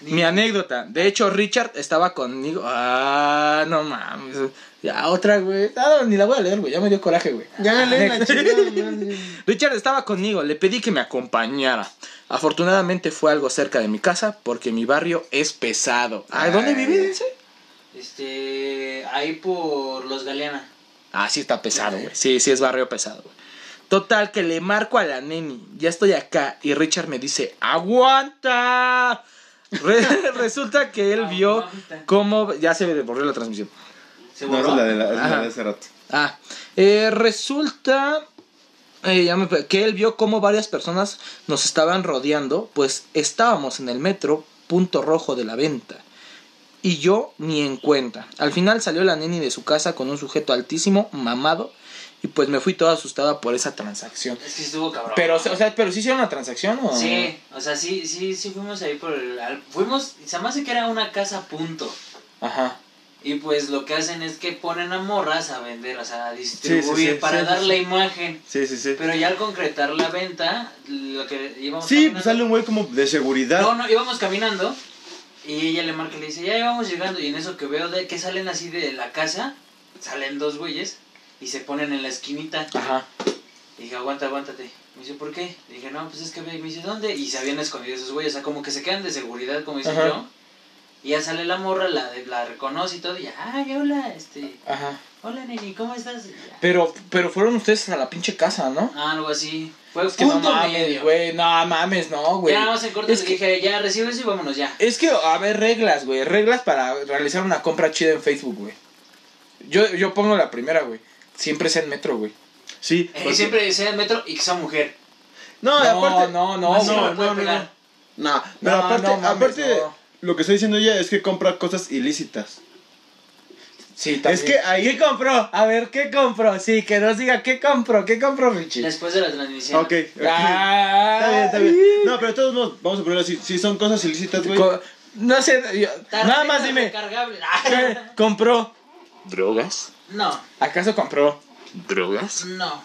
Speaker 2: Mi anécdota. De hecho, Richard estaba conmigo. Ah, no mames. Ya, otra, güey. Ah, ni la voy a leer, güey. Ya me dio coraje, güey.
Speaker 3: Ya, léela, chingada madre.
Speaker 2: Richard estaba conmigo, le pedí que me acompañara. Afortunadamente fue algo cerca de mi casa porque mi barrio es pesado. ¿A
Speaker 3: Ah,
Speaker 2: dónde vive, dice?
Speaker 4: Este. Ahí por Los Galeana.
Speaker 2: Ah, sí está pesado, güey. Sí, sí es barrio pesado, güey. Total, que le marco a la neni. Ya estoy acá y Richard me dice, ¡aguanta! Re- resulta que él vio
Speaker 4: Aguanta.
Speaker 2: cómo... Ya se me borró la transmisión.
Speaker 4: Se
Speaker 3: No,
Speaker 4: borró.
Speaker 3: es la de, la, es la
Speaker 2: Ajá.
Speaker 3: de hace rato.
Speaker 2: Ah, eh, resulta eh, ya me pe- que él vio cómo varias personas nos estaban rodeando, pues estábamos en el metro, punto rojo de la venta. Y yo ni en cuenta. Al final salió la neni de su casa con un sujeto altísimo, mamado, y pues me fui toda asustada por esa transacción.
Speaker 4: Es que estuvo cabrón.
Speaker 2: Pero, o sea, pero sí hicieron la transacción o
Speaker 4: Sí, o sea, sí, sí, sí fuimos ahí por el... al- fuimos, se me hace que era una casa a punto.
Speaker 2: Ajá.
Speaker 4: Y pues lo que hacen es que ponen a morras a vender, o sea, a
Speaker 3: sí,
Speaker 4: distribuir para
Speaker 3: sí,
Speaker 4: dar
Speaker 3: sí,
Speaker 4: la
Speaker 3: sí.
Speaker 4: imagen.
Speaker 3: Sí, sí, sí.
Speaker 4: Pero ya al concretar la venta, lo que íbamos
Speaker 3: Sí,
Speaker 4: caminando-
Speaker 3: pues sale un güey como de seguridad.
Speaker 4: No, no, íbamos caminando y ella le marca y le dice, ya íbamos llegando. Y en eso que veo de que salen así de la casa, salen dos güeyes y se ponen en la esquinita.
Speaker 2: Ajá.
Speaker 4: Y dije, aguanta, aguántate. Me dice, ¿por qué? Le dije, no, pues es que ve. Y Me dice, ¿dónde? Y se habían escondido esos güeyes. O sea, como que se quedan de seguridad, como dicen
Speaker 2: Ajá.
Speaker 4: yo. Y ya sale la morra, la, de- la reconoce y todo. Y ya, ay, hola, este.
Speaker 2: Ajá.
Speaker 4: Hola, neni, ¿cómo estás? Y ya. Ah,
Speaker 2: Pero, pero fueron ustedes a la pinche casa, ¿no?
Speaker 4: Algo así. Fue
Speaker 2: Es que no
Speaker 4: punto
Speaker 2: mames,
Speaker 4: medio.
Speaker 2: güey. No mames, no, güey.
Speaker 4: Ya nada más en corto
Speaker 2: Es
Speaker 4: le
Speaker 2: que-
Speaker 4: dije, ya recibe eso y vámonos ya.
Speaker 2: Es que, a ver, reglas, güey. Reglas para realizar una compra chida en Facebook, güey. Yo, yo pongo la primera, güey. Siempre es en metro, güey.
Speaker 3: Sí,
Speaker 4: Eh,
Speaker 3: porque-
Speaker 4: siempre sea el metro y que sea mujer.
Speaker 3: No,
Speaker 2: No,
Speaker 3: y aparte.
Speaker 2: no, no,
Speaker 4: No,
Speaker 2: güey.
Speaker 4: no,
Speaker 3: no, no,
Speaker 4: no,
Speaker 3: no. No, pero
Speaker 2: No,
Speaker 3: aparte,
Speaker 2: no mames,
Speaker 3: aparte
Speaker 2: no.
Speaker 3: lo que está diciendo ella es que compra cosas ilícitas.
Speaker 2: Sí, también.
Speaker 3: Es que ahí.
Speaker 2: ¿Qué compró? A ver, ¿qué compró? Sí, que nos diga, ¿qué compró? ¿Qué compró, Richie?
Speaker 4: Después de la
Speaker 3: Ah,
Speaker 4: transmisión.
Speaker 3: Ok, ok.
Speaker 2: Ah,
Speaker 3: Está bien, está bien. No, pero de todos modos, vamos a ponerlo así. Si son cosas ilícitas, güey.
Speaker 2: Co- No sé, yo-
Speaker 4: Tarjeta
Speaker 2: pues, nada más dime.
Speaker 4: recargable.
Speaker 2: ¿qué ¿Compró?
Speaker 5: ¿Drogas?
Speaker 4: No,
Speaker 2: ¿Acaso compró?
Speaker 5: ¿Drogas?
Speaker 4: no.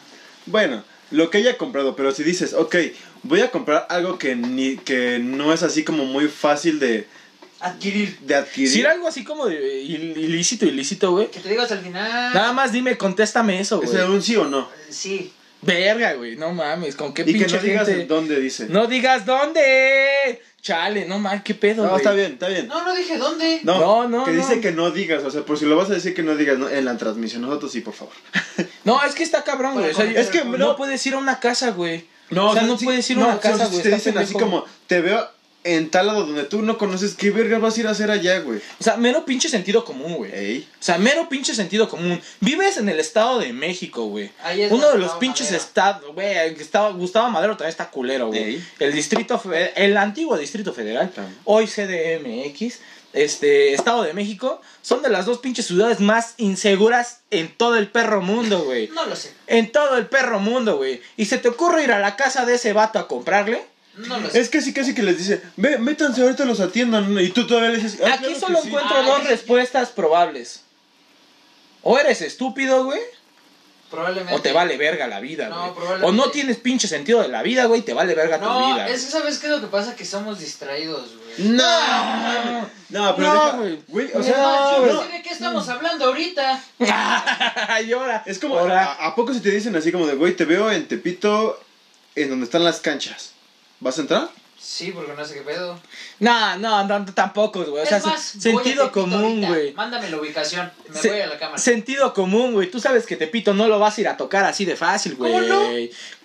Speaker 3: Bueno, lo que haya comprado, pero si dices, ok, voy a comprar algo que, ni, que no es así como muy fácil de,
Speaker 4: Adquirir.
Speaker 3: de adquirir.
Speaker 2: Si era algo así como de il- ilícito, ilícito, güey.
Speaker 4: Que te digo hasta el final.
Speaker 2: Nada más dime, contéstame eso,
Speaker 3: ¿Es
Speaker 2: güey.
Speaker 3: un sí o no?
Speaker 4: Sí.
Speaker 2: Verga, güey, no mames, con qué
Speaker 3: Y que
Speaker 2: pinche
Speaker 3: no digas
Speaker 2: gente.
Speaker 3: dónde dice.
Speaker 2: No digas dónde. Chale, no mames, qué pedo,
Speaker 3: No,
Speaker 2: güey.
Speaker 3: está bien, está bien.
Speaker 4: No, no dije dónde.
Speaker 3: No,
Speaker 2: No, no,
Speaker 3: que
Speaker 2: no.
Speaker 3: dice que no digas, o sea, por si lo vas a decir que no digas no, en la transmisión, nosotros sí, por favor.
Speaker 2: No, es que está cabrón, güey. O sea,
Speaker 3: Es que
Speaker 2: no,
Speaker 3: no-
Speaker 2: puedes ir a una casa, güey. o sea, no
Speaker 3: sí-
Speaker 2: puedes ir a
Speaker 3: no,
Speaker 2: una
Speaker 3: o sea,
Speaker 2: casa,
Speaker 3: si
Speaker 2: güey.
Speaker 3: te
Speaker 2: está
Speaker 3: dicen así
Speaker 2: pendejo.
Speaker 3: como, te veo en tal lado donde tú no conoces, ¿qué verga vas a ir a hacer allá, güey?
Speaker 2: O sea, mero pinche sentido común, güey.
Speaker 3: Ey.
Speaker 2: O sea, mero pinche sentido común. Vives en el Estado de México, güey.
Speaker 4: Ahí es
Speaker 2: Uno de
Speaker 4: donde
Speaker 2: los
Speaker 4: estaba
Speaker 2: pinches
Speaker 4: Madero.
Speaker 2: estados, güey. el que estaba- Gustavo Madero también está culero, güey.
Speaker 3: Ey.
Speaker 2: El distrito, fe- el antiguo distrito federal,
Speaker 3: Ah.
Speaker 2: hoy CDMX, este, Estado de México, son de las dos pinches ciudades más inseguras en todo el perro mundo, güey.
Speaker 4: No lo sé.
Speaker 2: En todo el perro mundo, güey. ¿Y se te ocurre ir a la casa de ese vato a comprarle?
Speaker 4: No lo sé.
Speaker 3: Es casi, casi que les dice, ve, métanse, ahorita los atiendan, y tú todavía les dices, "Ah,
Speaker 2: Aquí
Speaker 3: claro
Speaker 2: solo
Speaker 3: que sí".
Speaker 2: encuentro
Speaker 4: Ah,
Speaker 2: dos
Speaker 4: sí.
Speaker 2: respuestas probables. O eres estúpido, güey,
Speaker 4: Probablemente.
Speaker 2: o te vale verga la vida,
Speaker 4: No,
Speaker 2: güey.
Speaker 4: probablemente.
Speaker 2: o no tienes pinche sentido de la vida, güey, te vale verga tu
Speaker 4: No,
Speaker 2: vida.
Speaker 4: es que sabes qué es lo que pasa que somos distraídos, güey.
Speaker 3: No, no, pero
Speaker 2: No,
Speaker 3: deja-
Speaker 2: güey.
Speaker 3: güey, o
Speaker 4: No,
Speaker 3: sea,
Speaker 4: yo
Speaker 3: no,
Speaker 4: no sé de qué estamos hablando ahorita.
Speaker 2: güey. Llora.
Speaker 3: es como,
Speaker 2: Ahora,
Speaker 3: ¿a, a poco si te dicen así como de, güey, te veo en Tepito, en donde están las canchas? ¿Vas a entrar?
Speaker 4: Sí, porque no sé qué pedo.
Speaker 2: No, no, no, tampoco, güey. O sea,
Speaker 4: es más,
Speaker 2: sen-
Speaker 4: voy a
Speaker 2: sentido
Speaker 4: Tepito
Speaker 2: común,
Speaker 4: ahorita.
Speaker 2: güey.
Speaker 4: Mándame la ubicación. Me
Speaker 2: Se-
Speaker 4: voy a la cámara.
Speaker 2: Sentido común, güey. Tú sabes que Tepito no lo vas a ir a tocar así de fácil, güey.
Speaker 4: ¿Cómo no?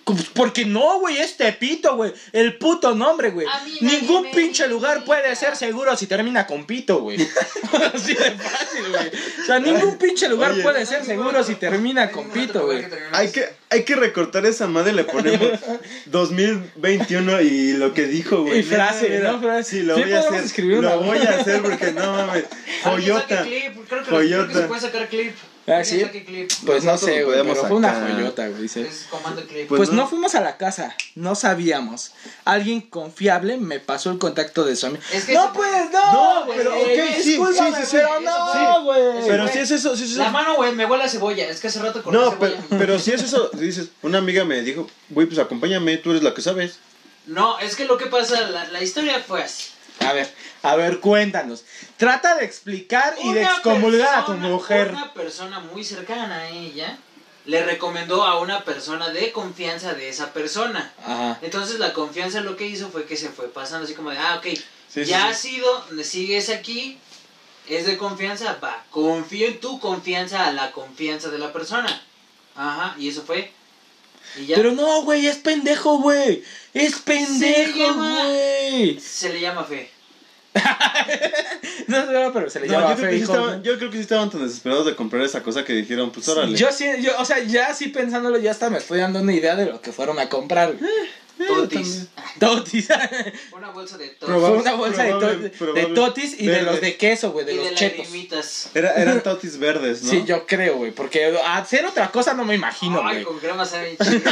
Speaker 2: Cu- Porque no, güey, es Tepito, güey. El puto nombre, güey.
Speaker 4: A mí nadie
Speaker 2: Ningún
Speaker 4: me
Speaker 2: pinche
Speaker 4: grita.
Speaker 2: lugar puede ser seguro si termina con pito, güey. así de fácil, güey. O sea, ningún pinche lugar
Speaker 3: Oye.
Speaker 2: puede ser seguro si termina con pito, güey.
Speaker 3: Hay que, hay que recortar esa madre, le ponemos 2021 y lo que dijo, güey.
Speaker 2: Y frase,
Speaker 3: Neta,
Speaker 2: ¿no? Frase.
Speaker 3: Sí, lo
Speaker 2: Sí,
Speaker 3: voy a
Speaker 2: podemos
Speaker 3: hacer.
Speaker 2: escribir una
Speaker 3: lo
Speaker 2: voy.
Speaker 3: voy a hacer porque no mames. Joyota.
Speaker 4: Creo que, creo que
Speaker 3: Joyota.
Speaker 4: se puede sacar clip.
Speaker 2: Ah, sí.
Speaker 4: Saque clip.
Speaker 2: Pues no sé, güey.
Speaker 3: Podemos
Speaker 2: Pero fue una
Speaker 3: sacar.
Speaker 2: joyota, güey. dice.
Speaker 4: Es comando clip.
Speaker 3: Pues
Speaker 2: Pues,
Speaker 3: no.
Speaker 2: no. fuimos a la casa, no sabíamos. Alguien confiable me pasó el contacto de su amigo.
Speaker 4: Es que
Speaker 2: no,
Speaker 4: eso-
Speaker 2: pues, no.
Speaker 3: No,
Speaker 2: güey,
Speaker 3: pero, ok, sí, sí,
Speaker 2: discúlpame,
Speaker 3: sí, sí,
Speaker 2: pero
Speaker 4: sí,
Speaker 2: no,
Speaker 4: sí.
Speaker 2: güey.
Speaker 3: Pero
Speaker 4: güey.
Speaker 3: si es eso, si es eso.
Speaker 4: La mano, güey, me huele a cebolla. Es que hace rato con
Speaker 3: No, pero,
Speaker 4: cebolla.
Speaker 3: pero si es eso, dices, una amiga me dijo, güey, pues acompáñame, tú eres la que sabes.
Speaker 4: No, es que lo que pasa, la, la historia pues, fue así.
Speaker 2: A ver, a ver, cuéntanos. Trata de explicar y de
Speaker 4: Una
Speaker 2: excomulgar a tu
Speaker 4: persona-
Speaker 2: mujer.
Speaker 4: Una persona muy cercana a ella le recomendó a una persona de confianza de esa persona.
Speaker 2: Ajá.
Speaker 4: Entonces la confianza lo que hizo fue que se fue pasando así como de, ah, ok,
Speaker 3: Sí, sí,
Speaker 4: ya
Speaker 3: sí.
Speaker 4: has ido, sigues aquí, es de confianza, va, confío en tu confianza a la confianza de la persona. Ajá, y eso fue. Y ya
Speaker 2: Pero no, güey, es pendejo, güey. Es pendejo,
Speaker 4: llama-
Speaker 2: güey.
Speaker 4: se le llama fe.
Speaker 2: No, no, pero se le
Speaker 3: No,
Speaker 2: llama
Speaker 3: yo, creo que sí
Speaker 2: fake,
Speaker 3: estaban,
Speaker 2: ¿no?
Speaker 3: yo creo que sí estaban tan desesperados de comprar esa cosa que dijeron, pues órale.
Speaker 2: Yo sí, yo, o sea, ya sí pensándolo, ya hasta me estoy dando una idea de lo que fueron a comprar.
Speaker 4: Totis.
Speaker 2: Totis.
Speaker 4: Una bolsa de totis.
Speaker 3: Probable-
Speaker 2: Fue una bolsa de,
Speaker 3: probable-
Speaker 2: to-
Speaker 3: probable.
Speaker 2: de totis y de
Speaker 3: Verde.
Speaker 2: los de queso, güey, de
Speaker 4: y
Speaker 2: los
Speaker 4: de
Speaker 2: chetos.
Speaker 4: lagrimitas.
Speaker 3: Era, eran totis verdes, ¿no?
Speaker 2: Sí, yo creo, güey, porque hacer otra cosa no me imagino,
Speaker 4: Ay,
Speaker 2: güey.
Speaker 4: con crema sabe bien chido.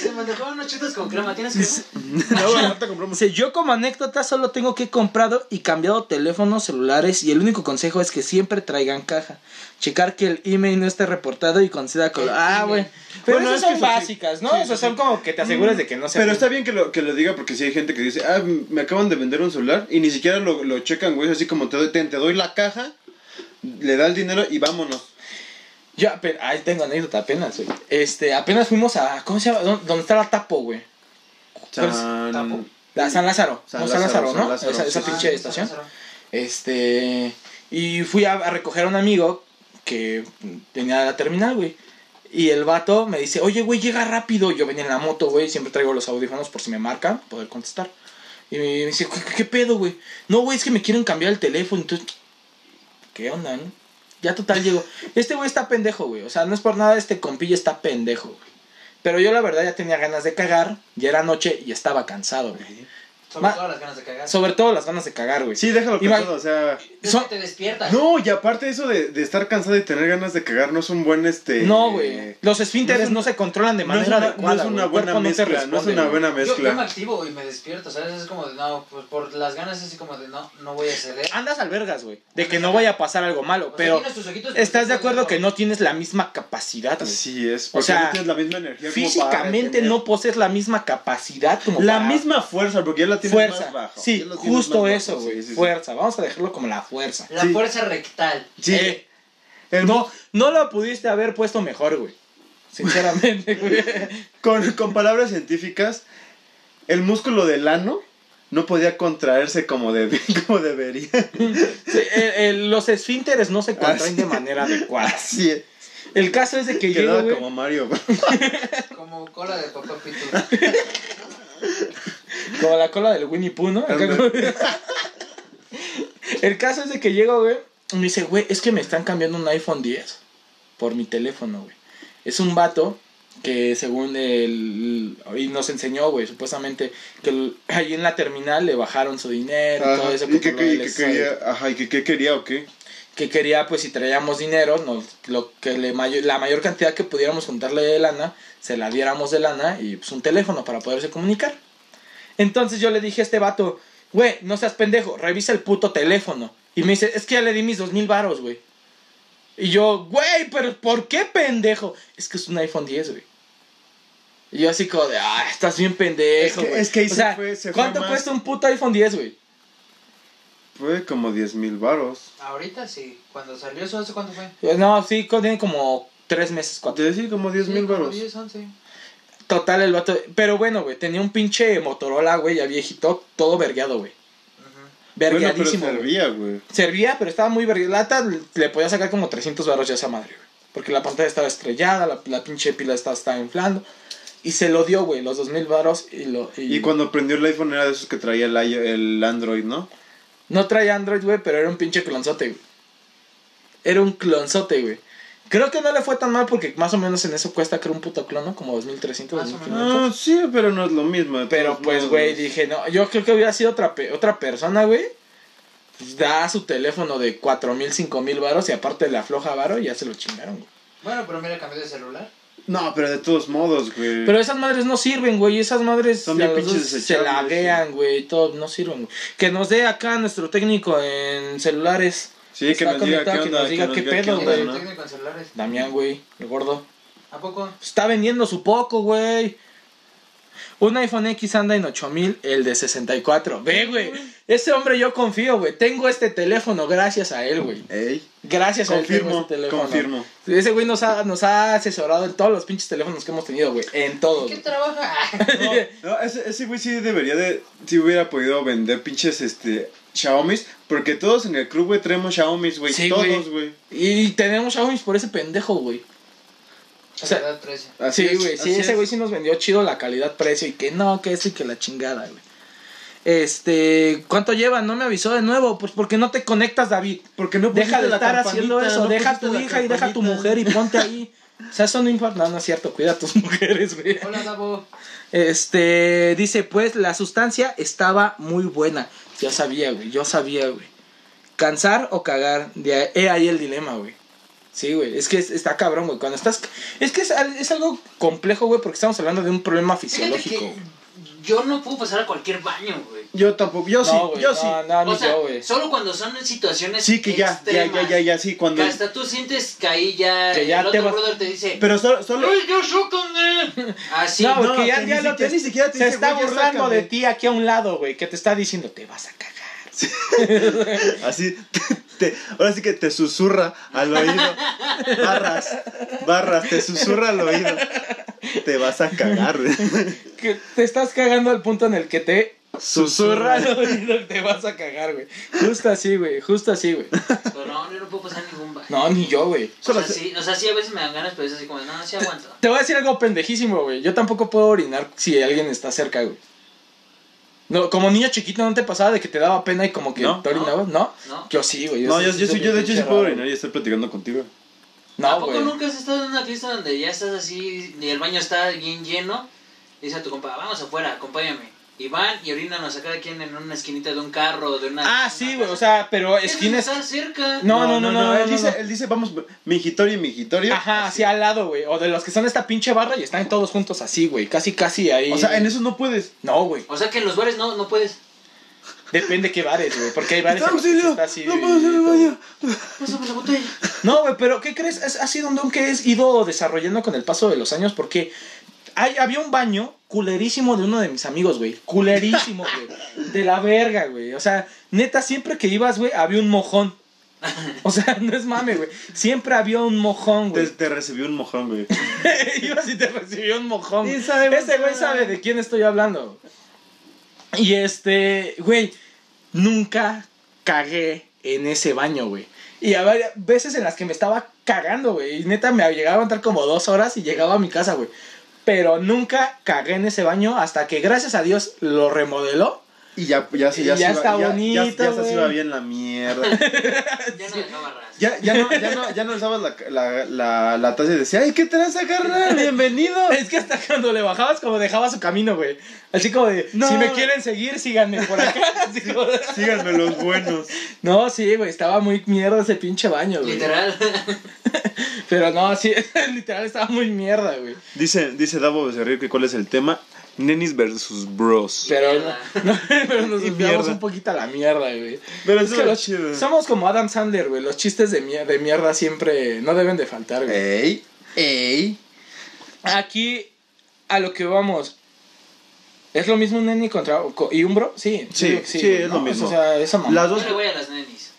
Speaker 4: Se me antojaron unos chetos con crema. ¿Tienes crema?
Speaker 3: Luego ahorita compramos.
Speaker 2: Dice, yo como anécdota solo tengo que he comprado y cambiado teléfonos, celulares y el único consejo es que siempre traigan caja. Checar que el email no esté reportado y conceda color.
Speaker 4: El
Speaker 2: Ah,
Speaker 4: email.
Speaker 2: güey. Pero
Speaker 3: Bueno,
Speaker 2: esas
Speaker 3: es que eso
Speaker 2: son
Speaker 3: sí.
Speaker 2: básicas, ¿no?
Speaker 3: Sí,
Speaker 2: o sea,
Speaker 3: sí,
Speaker 2: son como que te asegures de que no se
Speaker 3: Pero está bien que lo, que lo diga porque si hay gente que dice, ah, me acaban de vender un celular y ni siquiera lo, lo checan, güey, es así como te doy, te, te doy la caja, le da el dinero y vámonos.
Speaker 2: Yo, ape- ahí tengo anécdota apenas, güey. Este, apenas fuimos a. ¿Cómo se llama? ¿Dó- ¿Dónde está la tapo, güey? ¿Cuál es?
Speaker 3: San...
Speaker 2: La San Lázaro.
Speaker 3: San
Speaker 2: no, San
Speaker 3: Lázaro,
Speaker 2: Lázaro,
Speaker 3: San
Speaker 2: ¿no?
Speaker 3: Lázaro,
Speaker 2: esa esa
Speaker 3: sí,
Speaker 2: pinche
Speaker 4: Ah,
Speaker 2: estación.
Speaker 4: está raro.
Speaker 2: Este. Y fui a, a recoger a un amigo que tenía la terminal, güey. Y el vato me dice, oye, güey, llega rápido. Yo venía en la moto, güey. Siempre traigo los audífonos por si me marcan, poder contestar. Y me me dice, ¿qué, qué pedo, güey? No, güey, es que me quieren cambiar el teléfono. Entonces, ¿qué onda, no? Ya total llego. Este güey está pendejo, güey. O sea, no es por nada, este compillo está pendejo, güey. Pero yo la verdad ya tenía ganas de cagar. Ya era noche y estaba cansado, güey.
Speaker 4: Sobre
Speaker 2: Ma-
Speaker 4: todas las ganas de cagar.
Speaker 2: Sobre todo las ganas de cagar, güey.
Speaker 3: Sí, déjalo
Speaker 2: Iba-
Speaker 3: cansado, o sea...
Speaker 4: Es
Speaker 2: son-
Speaker 4: que te despiertas.
Speaker 3: No, y aparte eso de, de estar cansado y tener ganas de cagar no es un buen, este...
Speaker 2: No, güey. Los esfínteres
Speaker 3: no
Speaker 2: no,
Speaker 3: es un-
Speaker 2: se controlan de
Speaker 3: no es
Speaker 2: manera
Speaker 3: una-
Speaker 2: adecuada.
Speaker 3: no es una
Speaker 2: güey. El
Speaker 3: buena
Speaker 2: cuerpo no te
Speaker 3: mezcla, no, es
Speaker 2: responde,
Speaker 3: una
Speaker 2: güey.
Speaker 3: buena
Speaker 4: Yo,
Speaker 3: mezcla.
Speaker 4: yo me activo y me despierto, ¿sabes? Es como de, no, pues por las ganas es como de, no, no voy a ceder.
Speaker 2: Andas al vergas, güey. De que no vaya a pasar algo malo.
Speaker 4: O sea,
Speaker 2: Pero
Speaker 4: tienes tus ojitos, pero
Speaker 2: estás de acuerdo
Speaker 4: estás
Speaker 2: que no tienes la misma capacidad, güey.
Speaker 3: Así es, porque
Speaker 2: sea,
Speaker 3: no tienes la misma energía. como para
Speaker 2: Físicamente
Speaker 3: tener-
Speaker 2: no posees la misma capacidad como
Speaker 3: La
Speaker 2: para-
Speaker 3: misma fuerza, porque ya la tienes
Speaker 2: fuerza.
Speaker 3: más bajo.
Speaker 2: Sí,
Speaker 3: ya la tienes
Speaker 2: justo
Speaker 3: más bajo,
Speaker 2: eso,
Speaker 3: sí,
Speaker 2: güey.
Speaker 3: sí, sí.
Speaker 2: Fuerza. Vamos a dejarlo como la fuerza.
Speaker 4: La
Speaker 3: Sí.
Speaker 4: fuerza rectal.
Speaker 3: Sí.
Speaker 2: Eh,
Speaker 3: El-
Speaker 2: no, no lo pudiste haber puesto mejor, güey. Sinceramente, güey.
Speaker 3: Con, con palabras científicas, el músculo del ano no podía contraerse como, debe- como debería.
Speaker 2: Sí, eh, eh, los esfínteres no se
Speaker 3: Así.
Speaker 2: contraen de manera adecuada.
Speaker 3: Así es.
Speaker 2: El caso es de que yo.
Speaker 3: Quedaba como Mario. güey.
Speaker 4: Como cola de papá pitu.
Speaker 2: Como la cola del Winnie Pooh, ¿no? Acá
Speaker 3: Ándale.
Speaker 2: como- El caso es de que llego, güey. y Me dice, güey, es que me están cambiando un iPhone 10 por mi teléfono, güey. Es un vato que según el... Y nos enseñó, güey, supuestamente, que el- ahí en la terminal le bajaron su dinero y todo
Speaker 3: Ajá,
Speaker 2: eso.
Speaker 3: ¿Y
Speaker 2: que
Speaker 3: qué
Speaker 2: por lo del
Speaker 3: qué- qué
Speaker 2: examen.
Speaker 3: quería? Ajá, ¿y qué- qué quería o qué?
Speaker 2: que quería, pues, si traíamos dinero, nos, lo que le mayor, la mayor cantidad que pudiéramos juntarle de lana, se la diéramos de lana y, pues, un teléfono para poderse comunicar. Entonces yo le dije a este vato, güey, no seas pendejo, revisa el puto teléfono. Y me dice, es que ya le di mis dos mil varos, güey. Y yo, güey, pero ¿por qué pendejo? Es que es un iPhone 10, güey. Y yo así como de, ah, estás bien pendejo,
Speaker 3: Es que-
Speaker 2: güey".
Speaker 3: es que ahí
Speaker 2: o
Speaker 3: se
Speaker 2: sea,
Speaker 3: fue- se fue
Speaker 2: ¿cuánto
Speaker 3: más.
Speaker 2: cuesta un puto iPhone 10, güey?
Speaker 3: Fue como 10 mil varos.
Speaker 4: Ahorita sí. Cuando salió eso, ¿hace cuánto fue?
Speaker 2: No, sí, tiene como tres meses, cuatro.
Speaker 3: Te decía como 10 mil
Speaker 4: Sí, como
Speaker 3: varos.
Speaker 4: 10, 11.
Speaker 2: Total, el vato. Pero bueno, güey, tenía un pinche Motorola, güey, ya viejito, todo vergueado, güey.
Speaker 4: Ujú.
Speaker 3: Bueno, pero
Speaker 2: Vergueadísimo. güey.
Speaker 3: servía, güey.
Speaker 2: servía, pero estaba muy vergueada. Le podía sacar como 300 baros ya a esa madre, güey. Porque la pantalla estaba estrellada, la, la pinche pila estaba, estaba inflando. Y se lo dio, güey, los 2000 baros. Y, lo, y,
Speaker 3: Y cuando prendió el iPhone era de esos que traía el, i- el Android, ¿no?
Speaker 2: No traía Android, güey, pero era un pinche clonzote, güey. Era un clonzote, güey. Creo que no le fue tan mal porque más o menos en eso cuesta, creo, un puto clon, ¿no? Como 2300,
Speaker 4: Más o
Speaker 2: 2500.
Speaker 4: menos.
Speaker 3: Ah, sí, pero no es lo mismo. de
Speaker 2: Pero
Speaker 3: todos
Speaker 2: pues,
Speaker 3: modos.
Speaker 2: güey, dije, no, yo creo que hubiera sido otra, pe- otra persona, güey. da su teléfono de cuatro mil, cinco mil varos y aparte le afloja varo y ya se lo chingaron, güey.
Speaker 6: Bueno, pero mira, cambié de celular.
Speaker 3: No, pero de todos modos, güey.
Speaker 2: Pero esas madres no sirven, güey. Esas madres
Speaker 3: Son bien
Speaker 2: a los
Speaker 3: pinches
Speaker 2: dos se
Speaker 3: desechables,
Speaker 2: laguean, güey. y Todo no sirven, güey. Que nos dé acá nuestro técnico en celulares.
Speaker 3: sí, que
Speaker 2: está
Speaker 3: nos diga qué
Speaker 2: conectado, que
Speaker 3: onda.
Speaker 2: nos diga qué pedo,
Speaker 6: ¿Quién
Speaker 3: onda,
Speaker 6: es el
Speaker 2: güey.
Speaker 3: ¿no?
Speaker 6: técnico en celulares?
Speaker 2: Damián, güey, el gordo.
Speaker 6: ¿A poco?
Speaker 2: Está vendiendo su poco, güey. Un iPhone X anda en 8000, el de 64. Ve, güey. Ese hombre yo confío, güey. Tengo este teléfono gracias a él, güey.
Speaker 3: Ey,
Speaker 2: Gracias a él tengo
Speaker 3: confirmo,
Speaker 2: este teléfono.
Speaker 3: confirmo.
Speaker 2: Ese güey nos ha, nos ha asesorado en todos los pinches teléfonos que hemos tenido, güey. En todos.
Speaker 6: ¿Qué trabaja?
Speaker 3: No, no, ese, ese güey sí debería de. Si hubiera podido vender pinches este. Xiaomi's. Porque todos en el club, güey, traemos Xiaomi's, güey.
Speaker 2: Sí,
Speaker 3: todos,
Speaker 2: güey.
Speaker 3: güey.
Speaker 2: Y tenemos Xiaomi por ese pendejo, güey.
Speaker 6: La
Speaker 2: sea,
Speaker 6: verdad, precio.
Speaker 3: Así
Speaker 2: Sí,
Speaker 3: es,
Speaker 2: güey, sí,
Speaker 3: así
Speaker 2: ese
Speaker 3: es.
Speaker 2: güey sí nos vendió chido la calidad, precio y que no, que eso y que la chingada, güey. Este, ¿cuánto lleva? No me avisó de nuevo, pues porque no te conectas, David.
Speaker 3: Porque no
Speaker 2: Deja
Speaker 3: pusiste
Speaker 2: de
Speaker 3: la
Speaker 2: estar haciendo
Speaker 3: campanita,
Speaker 2: eso,
Speaker 3: no
Speaker 2: deja a
Speaker 3: pusiste
Speaker 2: tu
Speaker 3: la
Speaker 2: hija y deja a tu
Speaker 3: campanita.
Speaker 2: mujer y ponte ahí. O sea, eso no importa, no, no es cierto, cuida a tus mujeres, güey.
Speaker 6: Hola, Davo.
Speaker 2: Este, dice, pues la sustancia estaba muy buena. Ya sabía, güey, yo sabía, güey. ¿Cansar o cagar? De ahí, he ahí el dilema, güey. Sí, güey, es que es- está cabrón, güey. Cuando estás. Es que es, al- es algo complejo, güey, porque estamos hablando de un problema
Speaker 4: Fíjate
Speaker 2: fisiológico.
Speaker 4: que
Speaker 2: güey.
Speaker 4: yo no puedo pasar a cualquier baño, güey.
Speaker 3: Yo tampoco, yo sí,
Speaker 2: no, güey,
Speaker 3: yo
Speaker 2: no,
Speaker 3: sí.
Speaker 2: Ah, no, ni
Speaker 4: O sea,
Speaker 2: yo, güey.
Speaker 4: solo cuando son en situaciones
Speaker 3: Sí, que ya, ya, ya,
Speaker 4: extremas,
Speaker 3: ya, Este ya, sí, cuando.
Speaker 4: que hasta tú sientes que ahí ya,
Speaker 2: Que ya
Speaker 4: el
Speaker 2: te
Speaker 4: otro
Speaker 2: vas-
Speaker 4: brother te dice,
Speaker 3: Pero solo. solo
Speaker 4: ¡Ay, yo Ah, chócame! Así,
Speaker 2: No,
Speaker 3: No,
Speaker 2: porque ya,
Speaker 3: que
Speaker 2: ya
Speaker 3: ni
Speaker 2: lo
Speaker 3: siquiera-
Speaker 2: te-
Speaker 3: ni siquiera te
Speaker 2: se
Speaker 3: dice,
Speaker 2: está
Speaker 3: güey, ya
Speaker 2: burlando
Speaker 3: sácame.
Speaker 2: de ti aquí a un lado, güey, que te está diciendo, te vas a cagar.
Speaker 3: Así, te, te- ahora sí que te susurra al oído. Barras, barras, te susurra al oído. Te vas a cagar.
Speaker 2: Que te estás cagando al punto en el que te
Speaker 3: Susurra.
Speaker 2: al oído, te vas a cagar, güey. Justo así, güey, justo así, güey.
Speaker 4: pero no, yo no puedo pasar ningún baño.
Speaker 2: No, ni yo, güey.
Speaker 4: O sea,
Speaker 3: Solo-
Speaker 4: sí, o sea, sí, a veces me dan ganas, pero es así como, no, sí aguanto.
Speaker 2: Te voy a decir algo pendejísimo, güey. Yo tampoco puedo orinar si alguien está cerca, güey. No, como niño chiquito, ¿no te pasaba de que te daba pena y como que
Speaker 3: No,
Speaker 2: te orinabas? ¿No?
Speaker 4: No.
Speaker 2: Yo sí, güey.
Speaker 3: No,
Speaker 2: sí-
Speaker 3: yo,
Speaker 2: sí
Speaker 3: yo, sí,
Speaker 2: soy
Speaker 3: yo de hecho sí
Speaker 2: pinche
Speaker 3: puedo
Speaker 2: raro,
Speaker 3: orinar y estoy platicando contigo.
Speaker 2: No,
Speaker 4: ¿Tampoco
Speaker 2: güey.
Speaker 4: nunca has estado en una fiesta donde ya estás así y el baño está bien lleno? Dice a tu compa, vamos afuera, acompáñame. Y van y orinan a cada quien en una esquinita de un carro o de una...
Speaker 2: Ah, sí,
Speaker 4: una
Speaker 2: güey.
Speaker 4: cosa.
Speaker 2: O sea, pero
Speaker 4: Eso
Speaker 2: esquinas.
Speaker 4: Está cerca.
Speaker 2: No, no, no, no,
Speaker 3: Él,
Speaker 2: no,
Speaker 3: dice,
Speaker 2: no.
Speaker 3: él dice, vamos, mijitorio, mijitorio.
Speaker 2: Ajá, así al lado, güey. O de los que están en esta pinche barra y están todos juntos así, güey. Casi, casi ahí.
Speaker 3: O sea, en eso no puedes.
Speaker 2: No, güey.
Speaker 4: O sea que en los bares no, no puedes.
Speaker 2: Depende qué bares, güey. Porque hay bares en los que sí
Speaker 3: ¡Auxilio!
Speaker 2: está así.
Speaker 3: ¡No puedo hacer el
Speaker 2: güey.
Speaker 3: baño!
Speaker 4: Pásame la botella.
Speaker 2: No, güey, pero ¿qué crees? Es así donde que he ido desarrollando con el paso de los años porque hay, había un baño culerísimo de uno de mis amigos, güey. Culerísimo, güey. De la verga, güey. O sea, neta, siempre que ibas, güey, había un mojón. O sea, no es mame, güey. Siempre había un mojón,
Speaker 3: Te,
Speaker 2: güey.
Speaker 3: te recibió un mojón, güey.
Speaker 2: Ibas y te recibió un mojón.
Speaker 3: Sí, sabemos
Speaker 2: Ese güey
Speaker 3: nada.
Speaker 2: sabe de quién estoy hablando. Y este, güey, nunca cagué en ese baño, güey. Y a varias veces en las que me estaba cagando, güey. Y neta me llegaba a aguantar como dos horas y llegaba a mi casa, güey. Pero nunca cagué en ese baño hasta que gracias a Dios lo remodeló.
Speaker 3: Y ya, ya, se- ya,
Speaker 2: Y
Speaker 3: se
Speaker 2: ya
Speaker 3: iba-
Speaker 2: está
Speaker 3: ya-
Speaker 2: bonito,
Speaker 3: Ya, ya, se
Speaker 2: güey.
Speaker 3: iba bien la mierda.
Speaker 4: Ya no dejaba ras.
Speaker 3: Ya, ya, no, ya, no, ya no alzabas la, la, la, la taza y decías, ¡ay, qué traza, carnal! ¡Bienvenido!
Speaker 2: Es que hasta cuando le bajabas, como dejaba su camino, güey. Así como de,
Speaker 3: No.
Speaker 2: si me quieren seguir, síganme por acá. Así como de-
Speaker 3: Síganme los buenos.
Speaker 2: No, sí, güey, estaba muy mierda ese pinche baño, güey.
Speaker 4: Literal.
Speaker 2: Pero no, sí, literal estaba muy mierda, güey.
Speaker 3: Dice, dice Davo Becerril que cuál es el tema. Nenis versus bros.
Speaker 2: Pero,
Speaker 4: Mierda.
Speaker 2: no- no, pero nos
Speaker 3: Y
Speaker 2: desviamos
Speaker 3: mierda.
Speaker 2: un poquito a la mierda, güey.
Speaker 3: Pero
Speaker 2: Es que los-
Speaker 3: chido.
Speaker 2: somos como Adam Sandler, güey. Los chistes de, mier- de mierda siempre no deben de faltar, güey.
Speaker 3: Ey, ey.
Speaker 2: Aquí, a lo que vamos. ¿Es lo mismo un neni contra, co- y un bro? Sí. yo
Speaker 3: Sí,
Speaker 2: digo que
Speaker 3: sí,
Speaker 2: güey,
Speaker 3: es
Speaker 2: ¿no?
Speaker 3: lo
Speaker 2: Pues,
Speaker 3: mismo.
Speaker 2: O sea, esa mamá.
Speaker 3: Las
Speaker 4: Yo
Speaker 3: dos.
Speaker 4: le voy a las nenis.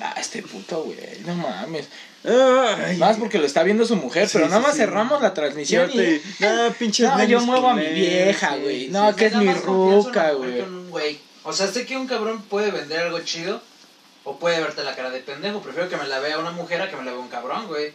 Speaker 2: Ah, este puto, güey. No mames.
Speaker 3: Ay,
Speaker 2: Más porque lo está viendo su mujer,
Speaker 3: Sí,
Speaker 2: pero nada
Speaker 3: sí,
Speaker 2: más
Speaker 3: sí.
Speaker 2: cerramos la transmisión y...
Speaker 3: Ah, pinches
Speaker 2: No,
Speaker 3: nenis
Speaker 2: yo muevo a mi
Speaker 3: culeros,
Speaker 2: vieja,
Speaker 3: sí,
Speaker 2: güey.
Speaker 3: sí,
Speaker 2: No,
Speaker 3: sí.
Speaker 2: que es
Speaker 6: Me da
Speaker 2: mi
Speaker 6: más confianza
Speaker 2: ruca,
Speaker 6: una mujer
Speaker 2: güey.
Speaker 6: que un güey. O sea, sé que un cabrón puede vender algo chido o puede verte la cara de pendejo. Prefiero que me la vea una mujer a que me la vea un cabrón, güey.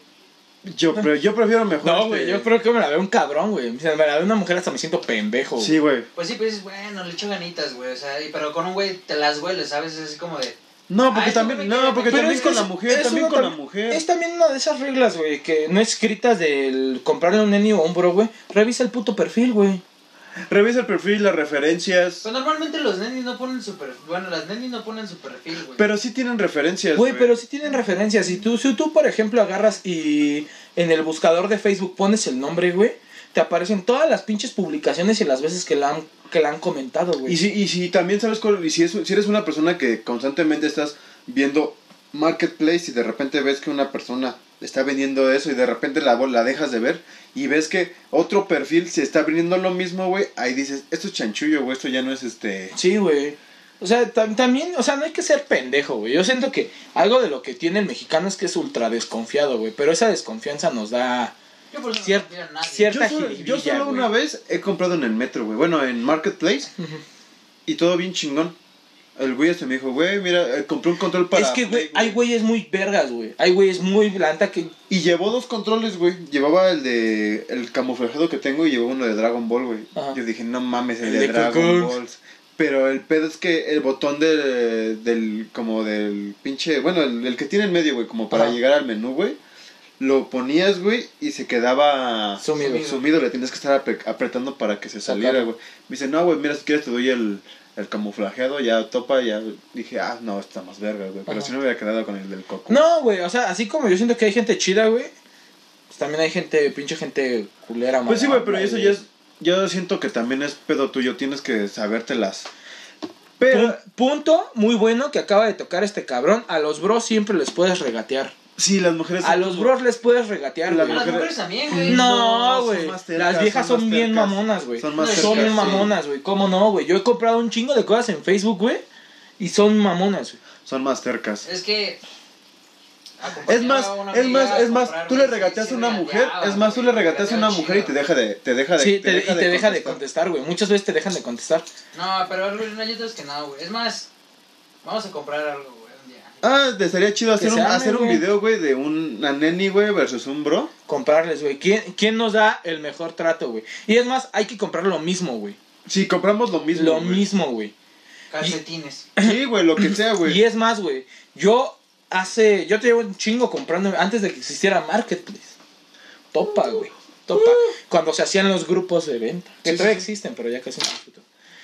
Speaker 3: Yo, pre- yo prefiero mejor.
Speaker 2: No,
Speaker 3: este-
Speaker 2: güey, yo creo que me la veo un cabrón, güey. Si me la veo una mujer hasta me siento pendejo. güey.
Speaker 3: Sí, güey.
Speaker 6: Pues sí, pero dices, bueno, le echo ganitas, güey. O sea, y- pero con un güey te las hueles, ¿sabes? Es así como de.
Speaker 3: No, porque
Speaker 2: Ah,
Speaker 6: Ay,
Speaker 3: también.
Speaker 6: güey,
Speaker 3: No,
Speaker 6: pero
Speaker 3: porque
Speaker 6: es
Speaker 3: también
Speaker 2: que
Speaker 3: con
Speaker 2: es-
Speaker 3: la mujer.
Speaker 2: es
Speaker 3: También
Speaker 2: una
Speaker 3: con la
Speaker 2: tam-
Speaker 3: mujer.
Speaker 2: Es también una de esas reglas, güey, que no escritas del comprarle un neni o un bro, güey. Revisa el puto perfil, güey.
Speaker 3: Revisa el perfil, las referencias.
Speaker 6: Pues normalmente los nenis no ponen su perfil. Bueno, las nenis no ponen su perfil, güey.
Speaker 3: Pero sí tienen referencias.
Speaker 2: Güey, pero si tienen referencias, si tú, si tú, por ejemplo, agarras y en el buscador de Facebook pones el nombre, güey, te aparecen todas las pinches publicaciones y las veces que la han, que la han comentado, güey.
Speaker 3: Y si, y si también sabes cuál, y si, es- si eres una persona que constantemente estás viendo Marketplace y de repente ves que una persona está vendiendo eso y de repente la, vo- la dejas de ver y ves que otro perfil se está vendiendo lo mismo, güey, ahí dices, esto es chanchullo, güey, esto ya no es este...
Speaker 2: Sí, güey. O sea, tam- también, o sea, no hay que ser pendejo, güey. Yo siento que algo de lo que tiene el mexicano es que es ultra desconfiado, güey. Pero esa desconfianza nos da
Speaker 6: Yo por eso no
Speaker 2: cier-
Speaker 6: confío en nadie.
Speaker 2: cier-
Speaker 3: Yo
Speaker 2: Cierta
Speaker 3: solo, yo
Speaker 2: jiribilla,
Speaker 3: solo
Speaker 2: güey.
Speaker 3: una vez he comprado en el metro, güey, bueno, en Marketplace y todo bien chingón. El güey se me dijo, güey, mira, eh, compré un control para...
Speaker 2: es que,
Speaker 3: Play,
Speaker 2: güey, hay güeyes muy vergas, güey. Hay güeyes muy blanta que.
Speaker 3: Y llevó dos controles, güey. Llevaba el de. El camuflajado que tengo y llevaba uno de Dragon Ball, güey.
Speaker 2: Ajá.
Speaker 3: Yo dije, no mames, el,
Speaker 2: El
Speaker 3: de,
Speaker 2: de
Speaker 3: Dragon
Speaker 2: Cucux.
Speaker 3: Ball. Pero el pedo es que el botón del. del como del pinche. Bueno, el, el que tiene en medio, güey, como para
Speaker 2: Ajá.
Speaker 3: llegar al menú, güey. Lo ponías, güey, y se quedaba.
Speaker 2: Sumido.
Speaker 3: Sumido, le tienes que estar apre- apretando para que se saliera,
Speaker 2: Sacarlo.
Speaker 3: güey. Me dice, no, güey, mira, si quieres te doy el. El camuflajeado ya topa, ya dije, ah, no, está más verga, güey. Pero
Speaker 2: Ajá.
Speaker 3: si no me hubiera quedado con el del coco.
Speaker 2: No, güey, o sea, así como yo siento que hay gente chida, güey. Pues también hay gente, pinche gente culera,
Speaker 3: Pues sí, güey,
Speaker 2: mala,
Speaker 3: pero eso ya es. Yo siento que también es pedo tuyo, tienes que sabértelas. Pero
Speaker 2: Pu- punto muy bueno que acaba de tocar este cabrón. A los bros siempre les puedes regatear.
Speaker 3: Pues sí, las mujeres.
Speaker 2: A los bros les puedes regatear,
Speaker 3: La
Speaker 6: A
Speaker 2: güey.
Speaker 6: las
Speaker 3: mujer-
Speaker 6: mujeres también, güey.
Speaker 3: No,
Speaker 2: No,
Speaker 3: son
Speaker 2: güey.
Speaker 3: más tercas,
Speaker 2: Las viejas
Speaker 3: son
Speaker 2: son,
Speaker 3: más
Speaker 2: bien
Speaker 3: tercas.
Speaker 2: mamonas, güey.
Speaker 3: Son más
Speaker 2: Son
Speaker 3: tercas,
Speaker 2: bien
Speaker 3: sí.
Speaker 2: mamonas, güey. ¿Cómo no, güey? Yo he comprado un chingo de cosas en Facebook, güey. Y son mamonas, güey.
Speaker 3: Son más tercas.
Speaker 6: Es que.
Speaker 3: Es más, es más, es más, tú le regateaste a una mujer, es más, tú le regateaste a una mujer y te deja de, te deja de,
Speaker 2: Sí, te- y te deja de
Speaker 3: contestar.
Speaker 2: contestar, güey. Muchas veces te dejan de contestar.
Speaker 6: No, pero Luis, no hay otros que no, güey. Es más, vamos a comprar algo, güey, un día.
Speaker 3: Ah, te estaría chido hacer
Speaker 2: se
Speaker 3: un,
Speaker 2: amen,
Speaker 3: hacer un
Speaker 2: güey.
Speaker 3: video, güey, de una neni, güey, versus un bro.
Speaker 2: Comprarles, güey. ¿Quién, ¿Quién nos da el mejor trato, güey? Y es más, hay que comprar lo mismo, güey.
Speaker 3: Sí, compramos lo mismo.
Speaker 2: Lo
Speaker 3: güey.
Speaker 2: mismo, güey.
Speaker 6: Calcetines.
Speaker 3: Sí, güey, lo que sea, güey.
Speaker 2: Y es más, güey. Yo hace. Yo te llevo un chingo comprando antes de que existiera Marketplace. Topa, güey. Topa. Cuando se hacían los grupos de venta.
Speaker 3: Sí,
Speaker 2: Que
Speaker 3: sí,
Speaker 2: todavía
Speaker 3: sí.
Speaker 2: existen, pero ya casi no existen.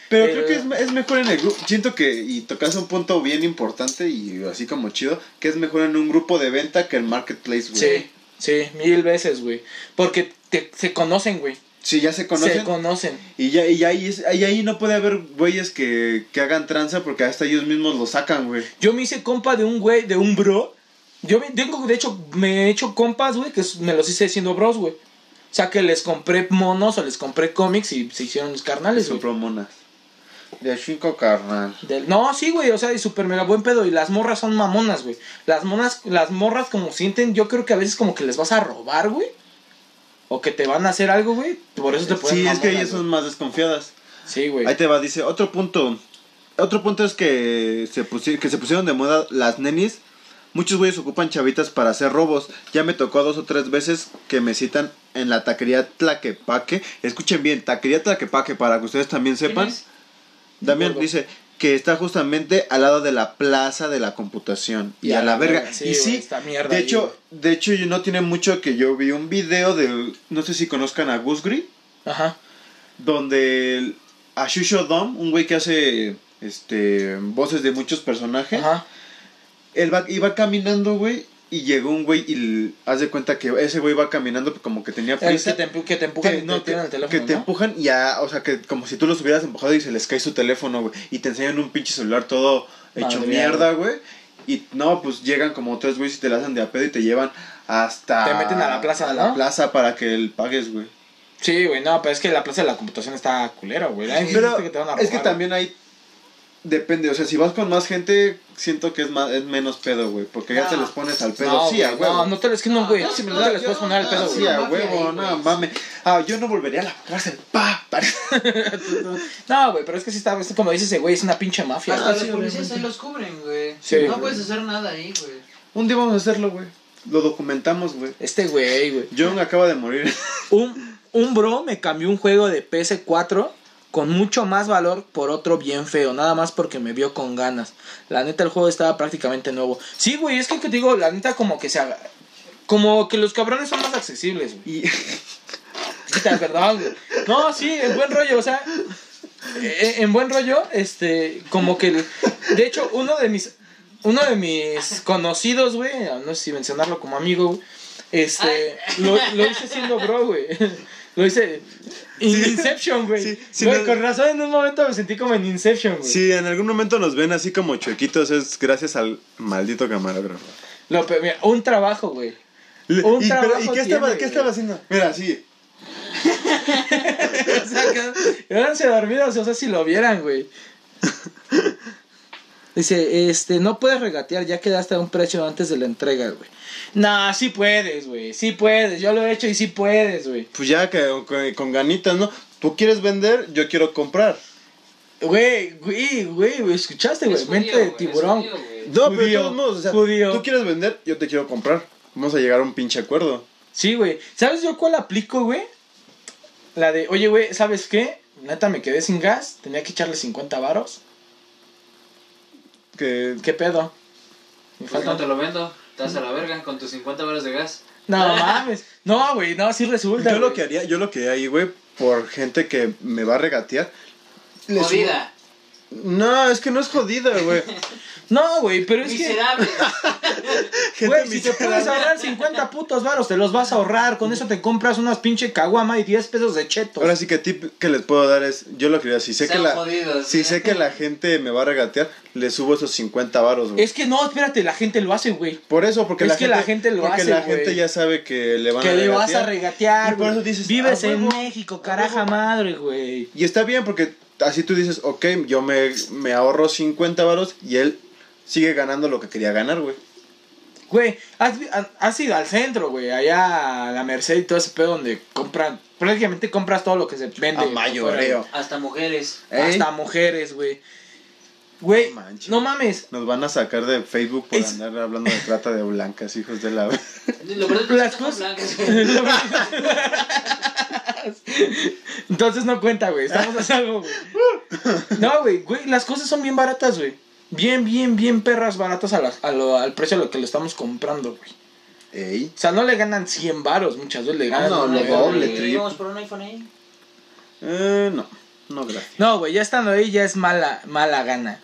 Speaker 3: Pero
Speaker 2: Pero-
Speaker 3: creo que es, me- es mejor en el grupo. Siento que, y tocas un punto bien importante y así como chido, que es mejor en un grupo de venta que en Marketplace, güey.
Speaker 2: Sí, sí, mil veces, güey. Porque te, se conocen, güey.
Speaker 3: Sí, ya se
Speaker 2: Se
Speaker 3: conocen.
Speaker 2: conocen.
Speaker 3: y ya, y ya ahí, es- ahí, ahí no puede haber güeyes que, que hagan tranza porque hasta ellos mismos lo sacan, güey.
Speaker 2: Yo me hice compa de un güey, de un bro. Yo me- tengo, de hecho, me he hecho compas, güey, que s- me los hice siendo bros, güey. O sea, que les compré monos o les compré cómics y se hicieron mis carnales,
Speaker 3: Son
Speaker 2: güey.
Speaker 3: promonas. De cinco carnal.
Speaker 2: Del- no, sí, güey, o sea, y súper mega buen pedo. Y las morras son mamonas, güey. Las monas, las morras como sienten, yo creo que a veces como que les vas a robar, güey. O que te van a hacer algo, güey. Por eso te ponen
Speaker 3: Eh, Sí, es que ellas
Speaker 2: mamonas,
Speaker 3: son
Speaker 2: güey.
Speaker 3: más desconfiadas.
Speaker 2: Sí, güey.
Speaker 3: Ahí te va, dice, otro punto. Otro punto es que se, pusi- que se pusieron de moda las nenis. Muchos güeyes ocupan chavitas para hacer robos. Ya me tocó dos o tres veces que me citan en la taquería Tlaquepaque. Escuchen bien, taquería Tlaquepaque, para que ustedes también sepan.
Speaker 6: ¿Tienes?
Speaker 3: También
Speaker 2: Gordo.
Speaker 3: dice que está justamente al lado de la plaza de la computación. Y, a la verga. y
Speaker 2: güey,
Speaker 3: sí,
Speaker 2: esta mierda
Speaker 3: de
Speaker 2: ahí,
Speaker 3: hecho,
Speaker 2: güey.
Speaker 3: de hecho, yo- no tiene mucho que yo vi un video de, no sé si conozcan a Gus Gris
Speaker 2: Ajá.
Speaker 3: donde el- a Shusho Dom, un güey que hace este voces de muchos personajes,
Speaker 2: Ajá.
Speaker 3: él va, iba caminando, güey, y llegó un güey y l- haz de cuenta que ese güey va caminando como que tenía
Speaker 2: El que
Speaker 3: prisa.
Speaker 2: te, empu- que te empujan
Speaker 3: Te-
Speaker 2: y te
Speaker 3: no, que-
Speaker 2: tiran el teléfono.
Speaker 3: que te
Speaker 2: ¿no?
Speaker 3: empujan y ya, o sea, que como si tú los hubieras empujado y se les cae su teléfono, güey. Y te enseñan un pinche celular todo hecho
Speaker 2: Madreado.
Speaker 3: mierda, güey. Y no, pues llegan como tres güeyes y te la hacen de a pedo y te llevan hasta.
Speaker 2: Te meten a la plaza,
Speaker 3: a la
Speaker 2: ¿no?
Speaker 3: plaza para que el pagues, güey.
Speaker 2: Sí, güey, no, pero es que la plaza de la computación está culera, güey. Ahí
Speaker 3: Pero
Speaker 2: dijiste que te van a
Speaker 3: es que
Speaker 2: robar,
Speaker 3: también hay. Depende, o sea, si vas con más gente, siento que es, más, es menos pedo, güey. Porque ya
Speaker 6: No.
Speaker 3: te los pones al
Speaker 2: güey.
Speaker 3: pedo.
Speaker 2: No,
Speaker 3: sí, a
Speaker 2: güey,
Speaker 3: huevo. Ah,
Speaker 2: No, no te lo- es que no, güey.
Speaker 6: No,
Speaker 2: No,
Speaker 6: sí me
Speaker 2: no
Speaker 6: da-
Speaker 2: te les
Speaker 6: yo-
Speaker 2: puedes poner al
Speaker 6: no,
Speaker 2: pedo,
Speaker 3: sí,
Speaker 2: güey.
Speaker 6: una
Speaker 3: a
Speaker 6: mafia
Speaker 3: huevo,
Speaker 6: ahí,
Speaker 3: no
Speaker 6: güey.
Speaker 3: mames. Ah, yo no volvería a la cárcel. Pa, pa.
Speaker 2: No, güey, pero es que sí está, es como dice ese güey, es una pinche mafia.
Speaker 6: Hasta
Speaker 2: güey.
Speaker 6: los
Speaker 2: Sí,
Speaker 6: policías
Speaker 2: obviamente.
Speaker 6: ahí los cubren, güey.
Speaker 2: Sí,
Speaker 6: no
Speaker 2: güey.
Speaker 6: puedes hacer nada ahí, güey.
Speaker 3: Un día vamos a hacerlo, güey. Lo documentamos, güey.
Speaker 2: Este güey, güey.
Speaker 3: John acaba de morir.
Speaker 2: Un, un bro me cambió un juego de PS4 con mucho más valor por otro bien feo, nada más porque me vio con ganas. La neta, el juego estaba prácticamente nuevo. Sí, güey, es que te digo, la neta, como que se haga. Como que los cabrones son más accesibles, güey.
Speaker 3: Y
Speaker 2: Quita, Ah, perdón. güey. No, sí, en buen rollo, o sea. eh, En buen rollo, este, como que. el- De hecho, uno de mis. Uno de mis conocidos, güey, no sé si mencionarlo como amigo, güey, este, lo, lo hice siendo bro, güey. Lo hice en Inception, güey.
Speaker 3: sí, sí,
Speaker 2: Güey,
Speaker 3: no-
Speaker 2: con razón en un momento me sentí como en Inception, güey.
Speaker 3: Si en algún momento nos ven así como chuequitos, es gracias al maldito camarógrafo.
Speaker 2: Lo pe- mira, un trabajo, güey.
Speaker 3: Le-
Speaker 2: Un
Speaker 3: ¿Y, pero-
Speaker 2: trabajo
Speaker 3: ¿y qué,
Speaker 2: tiene,
Speaker 3: estaba,
Speaker 2: güey.
Speaker 3: qué estaba haciendo? Mira, sí.
Speaker 2: O sea, que- quedándose dormidos, o sea, si lo vieran, güey. Dice, este, no puedes regatear, ya quedaste a un precio antes de la entrega, güey. Nah, sí puedes, güey, sí puedes, yo lo he hecho y sí puedes, güey.
Speaker 3: Pues ya que, con, con ganitas, ¿no? Tú quieres vender, yo quiero comprar.
Speaker 2: Güey, güey, güey, güey, escuchaste, güey,
Speaker 4: Es
Speaker 2: mente
Speaker 4: judío,
Speaker 2: de
Speaker 4: güey, es
Speaker 2: tiburón.
Speaker 4: judío, güey.
Speaker 3: No, pero de
Speaker 2: Judío,
Speaker 3: todos modos, o sea,
Speaker 2: judío.
Speaker 3: tú quieres vender, yo te quiero comprar. Vamos a llegar a un pinche acuerdo.
Speaker 2: Sí, güey, ¿sabes yo cuál aplico, güey? La de, oye, güey, ¿sabes qué? Neta, me quedé sin gas, tenía que echarle 50 varos.
Speaker 3: Que
Speaker 2: ¿Qué pedo? Me
Speaker 4: Pues
Speaker 2: faltan
Speaker 4: no te lo vendo. Te vas a la verga con tus 50 baros de gas.
Speaker 2: No mames. No, güey, no, sí resulta.
Speaker 3: yo lo
Speaker 2: güey.
Speaker 3: que haría, yo lo que haría ahí, güey, por gente que me va a regatear. le subo-
Speaker 4: Jodida.
Speaker 3: No, es que no es jodida, güey.
Speaker 2: No, güey, pero es que.
Speaker 4: Miserable.
Speaker 3: Gente
Speaker 2: Güey, si te
Speaker 3: miserable.
Speaker 2: puedes ahorrar 50 putos varos, te los vas a ahorrar. Con eso te compras unas pinche caguama y 10 pesos de chetos.
Speaker 3: Ahora sí que tip que les puedo dar es, yo lo que haría, si sé que
Speaker 4: Sean
Speaker 3: la
Speaker 4: jodidos.
Speaker 3: si sé que la gente me va a regatear, le subo esos 50 varos, güey.
Speaker 2: Es que no, espérate, la gente lo hace, güey.
Speaker 3: Por eso, porque
Speaker 2: Es
Speaker 3: la
Speaker 2: que
Speaker 3: gente
Speaker 2: la gente lo
Speaker 3: porque
Speaker 2: hace,
Speaker 3: la
Speaker 2: güey.
Speaker 3: gente ya sabe que le van
Speaker 2: Que
Speaker 3: a
Speaker 2: le
Speaker 3: regatear.
Speaker 2: vas a regatear,
Speaker 3: Y por
Speaker 2: güey.
Speaker 3: eso dices,
Speaker 2: Vives
Speaker 3: "Ah,
Speaker 2: en
Speaker 3: huevo,
Speaker 2: México,
Speaker 3: a
Speaker 2: caraja
Speaker 3: huevo".
Speaker 2: madre, güey.
Speaker 3: Y está bien porque así tú dices, ok, yo me, me ahorro 50 varos y él sigue ganando lo que quería ganar, güey.
Speaker 2: Güey, has, vi- ha- has ido al centro, güey, allá a la Merced y todo ese pedo donde compran, prácticamente compras todo lo que se vende.
Speaker 3: A
Speaker 2: por fuera,
Speaker 3: mayoreo.
Speaker 4: Hasta mujeres.
Speaker 2: güey.
Speaker 3: Ey.
Speaker 2: Hasta mujeres, güey. Güey,
Speaker 3: No manches.
Speaker 2: no mames,
Speaker 3: Nos van a sacar de Facebook por
Speaker 2: Es-
Speaker 3: andar hablando de trata de blancas, hijos de la...
Speaker 4: Lo peor es que
Speaker 2: Las
Speaker 4: son
Speaker 2: cosas-
Speaker 4: blancas.
Speaker 2: Entonces no cuenta, güey. Estamos a salvo, güey. No, güey, güey, las cosas son bien baratas, güey. Bien, bien, bien perras baratas a las- a lo- al precio a lo que lo estamos comprando, güey.
Speaker 3: Ey.
Speaker 2: O sea, no le ganan 100 varos, muchas veces le ganan.
Speaker 3: no,
Speaker 2: le
Speaker 3: no, doble, triple.
Speaker 4: Vamos por un iPhone ahí.
Speaker 3: Eh, no, no, gracias.
Speaker 2: No, güey, ya estando ahí ya es mala, mala gana.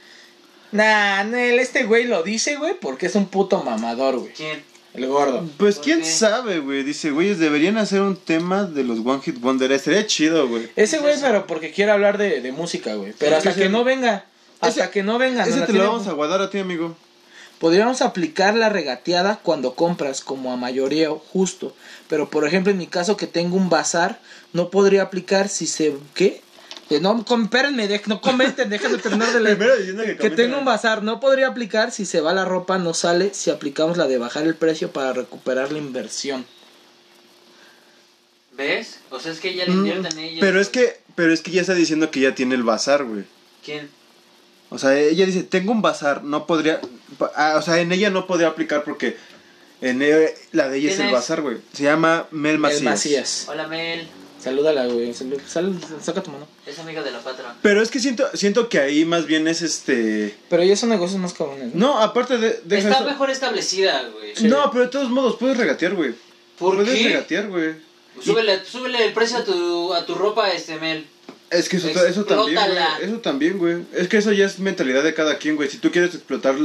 Speaker 2: Nah, Nel, este güey lo dice, güey, porque es un puto mamador, güey.
Speaker 4: ¿Quién?
Speaker 2: El gordo.
Speaker 3: Pues
Speaker 4: ¿Por
Speaker 3: quién
Speaker 4: qué?
Speaker 3: sabe, güey. Dice, güeyes, deberían hacer un tema de los One Hit Wonder. Sería chido, güey.
Speaker 2: Ese güey, pero porque quiere hablar de, de música, güey. Pero hasta
Speaker 3: Ese-
Speaker 2: que no venga. Hasta
Speaker 3: ese-
Speaker 2: que no venga. Ah, no
Speaker 3: Ese
Speaker 2: la
Speaker 3: te lo
Speaker 2: tiene-
Speaker 3: vamos a guardar a ti, amigo.
Speaker 2: Podríamos aplicar la regateada cuando compras, como a mayoría justo. Pero por ejemplo, en mi caso que tengo un bazar, no podría aplicar si se. ¿Qué? Que no, com- espérenme, dej- no comenten, déjenme terminar de leer.
Speaker 3: diciendo
Speaker 2: Que tengo un bazar, no podría aplicar si se va la ropa, no sale, si aplicamos la de bajar el precio para recuperar la inversión.
Speaker 4: ¿Ves? O sea, es que ya le invierten ellos.
Speaker 3: Mm, Pero es que, pero es que ya está diciendo que ya tiene el bazar, güey.
Speaker 4: ¿Quién?
Speaker 3: O sea, ella dice, tengo un bazar, no podría... pa- ah, o sea, en ella no podría aplicar porque en e- la de ella es
Speaker 4: ¿Quién
Speaker 3: el
Speaker 4: es?
Speaker 3: bazar, güey. Se llama Mel Macías.
Speaker 2: El Macías.
Speaker 4: Hola, Mel.
Speaker 2: Salúdala, güey. salú- salú- saca tu mano.
Speaker 4: Es amiga de la patra.
Speaker 3: Pero es que siento, siento que ahí más bien es este...
Speaker 2: Pero ya son negocios más cabrones. ¿no?
Speaker 3: No, aparte de... deja
Speaker 4: Está
Speaker 3: eso.
Speaker 4: mejor establecida, güey.
Speaker 3: No, pero de todos modos, puedes regatear, güey.
Speaker 4: ¿Por
Speaker 3: Puedes
Speaker 4: qué? Pues
Speaker 3: regatear, güey.
Speaker 4: Súbele, súbele el precio a tu, a tu ropa, este Mel.
Speaker 3: Es que eso, ta- eso también, güey.
Speaker 4: Explótala.
Speaker 3: Eso también, güey. Es que eso ya es mentalidad de cada quien, güey. Si tú quieres explotar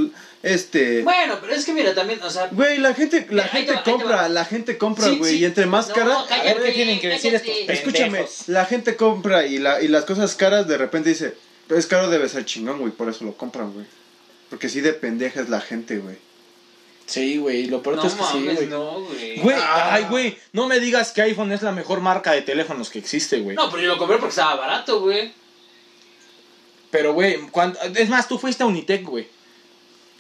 Speaker 3: este...
Speaker 4: Bueno, pero es que mira, también, o sea.
Speaker 3: Güey, la gente, la
Speaker 4: Ahí te
Speaker 3: gente
Speaker 4: va, ahí te
Speaker 3: compra,
Speaker 4: va.
Speaker 3: la gente compra,
Speaker 4: Sí,
Speaker 3: güey.
Speaker 4: sí.
Speaker 3: Y entre más
Speaker 4: No,
Speaker 3: cara...
Speaker 4: cállate,
Speaker 2: A ver, ¿qué tienen que decir estos
Speaker 4: cállate.
Speaker 2: pendejos?
Speaker 3: Escúchame, la gente compra y, la, y las cosas caras de repente dice, es caro debe ser chingón, güey, por eso lo compran, güey. Porque sí de pendeja es la gente, güey.
Speaker 2: Sí, güey. Lo peor
Speaker 4: No
Speaker 2: es que sí,
Speaker 4: mames,
Speaker 2: güey.
Speaker 4: no, güey.
Speaker 2: Güey, ay, güey, no me digas que iPhone es la mejor marca de teléfonos que existe, güey.
Speaker 4: No, pero yo lo compré porque estaba barato, güey.
Speaker 2: Pero, güey, cuan- es más, tú fuiste a Unitec, güey.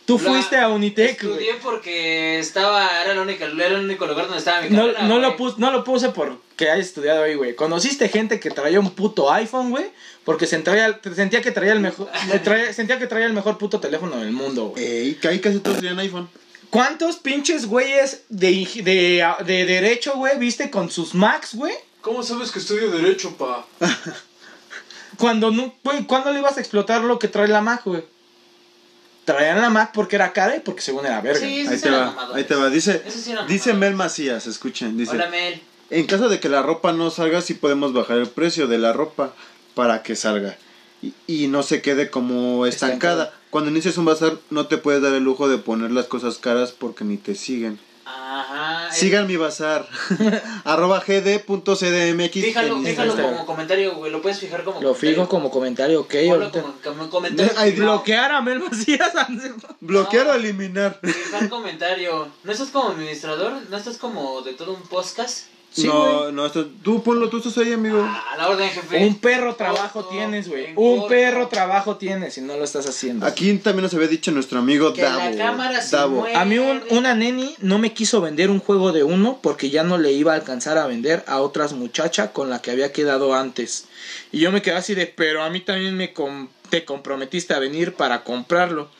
Speaker 2: Tú
Speaker 4: La-
Speaker 2: fuiste a Unitec, güey.
Speaker 4: Estudié porque estaba, era, la única, era el único lugar donde estaba mi
Speaker 2: No,
Speaker 4: carrera,
Speaker 2: no lo
Speaker 4: güey.
Speaker 2: pus- no lo puse porque haya estudiado ahí, güey. Conociste gente que traía un puto iPhone, güey. Porque se traía- sentía que traía el mejor. me traía- sentía que traía el mejor puto teléfono del mundo, güey.
Speaker 3: Ey, que ahí casi todos tenían iPhone.
Speaker 2: ¿Cuántos pinches güeyes de, ing- de, ah, de derecho, güey, viste con sus Macs, güey?
Speaker 6: ¿Cómo sabes que estudio Derecho, pa?
Speaker 2: Cuando no, güey, ¿cuándo le ibas a explotar lo que trae la Mac, güey? Traían la Mac porque era cara y porque según era verga.
Speaker 4: Sí,
Speaker 3: Ahí
Speaker 4: esos
Speaker 3: te
Speaker 4: eran
Speaker 3: va,
Speaker 4: mamadores.
Speaker 3: ahí te va. Dice,
Speaker 4: Esos sí eran
Speaker 3: dice
Speaker 4: mamadores.
Speaker 3: Mel Macías, escuchen, dice,
Speaker 4: Hola, Mel.
Speaker 3: En caso de que la ropa no salga, sí podemos bajar el precio de la ropa para que salga. Y, y no se quede como estancada. Cuando inicias un bazar, no te puedes dar el lujo de poner las cosas caras porque ni te siguen.
Speaker 4: Ajá.
Speaker 3: Sigan mi bazar. Arroba gd.cdmx. en
Speaker 4: Fíjalo, fíjalo
Speaker 3: Instagram.
Speaker 4: como comentario, güey. Lo puedes fijar como
Speaker 2: Lo fijo
Speaker 4: comentario.
Speaker 2: como comentario, ok.
Speaker 4: Ponlo
Speaker 2: ahorita.
Speaker 4: como, como comentario.
Speaker 3: Ay,
Speaker 4: privado.
Speaker 2: Bloquear a Mel Macías. Anselmo.
Speaker 3: Bloquear o eliminar.
Speaker 4: Fijar comentario. ¿No estás como administrador? ¿No estás como de todo un podcast? Ah,
Speaker 2: Sí,
Speaker 3: no,
Speaker 2: güey.
Speaker 3: no, esto- tú ponlo, tú estás ahí, amigo.
Speaker 4: A la orden, jefe.
Speaker 2: Un perro trabajo
Speaker 4: Corto,
Speaker 2: tienes, güey.
Speaker 4: en
Speaker 2: Un
Speaker 4: corto.
Speaker 2: perro trabajo tienes si no lo estás haciendo.
Speaker 3: Aquí también nos había dicho nuestro amigo
Speaker 4: Que la
Speaker 3: Davo.
Speaker 4: cámara se
Speaker 3: Davo.
Speaker 4: mueva.
Speaker 2: A mí un- una neni no me quiso vender un juego de uno porque ya no le iba a alcanzar a vender a otras muchachas con la que había quedado antes. Y yo me quedé así de, pero a mí también me com- te comprometiste a venir para comprarlo.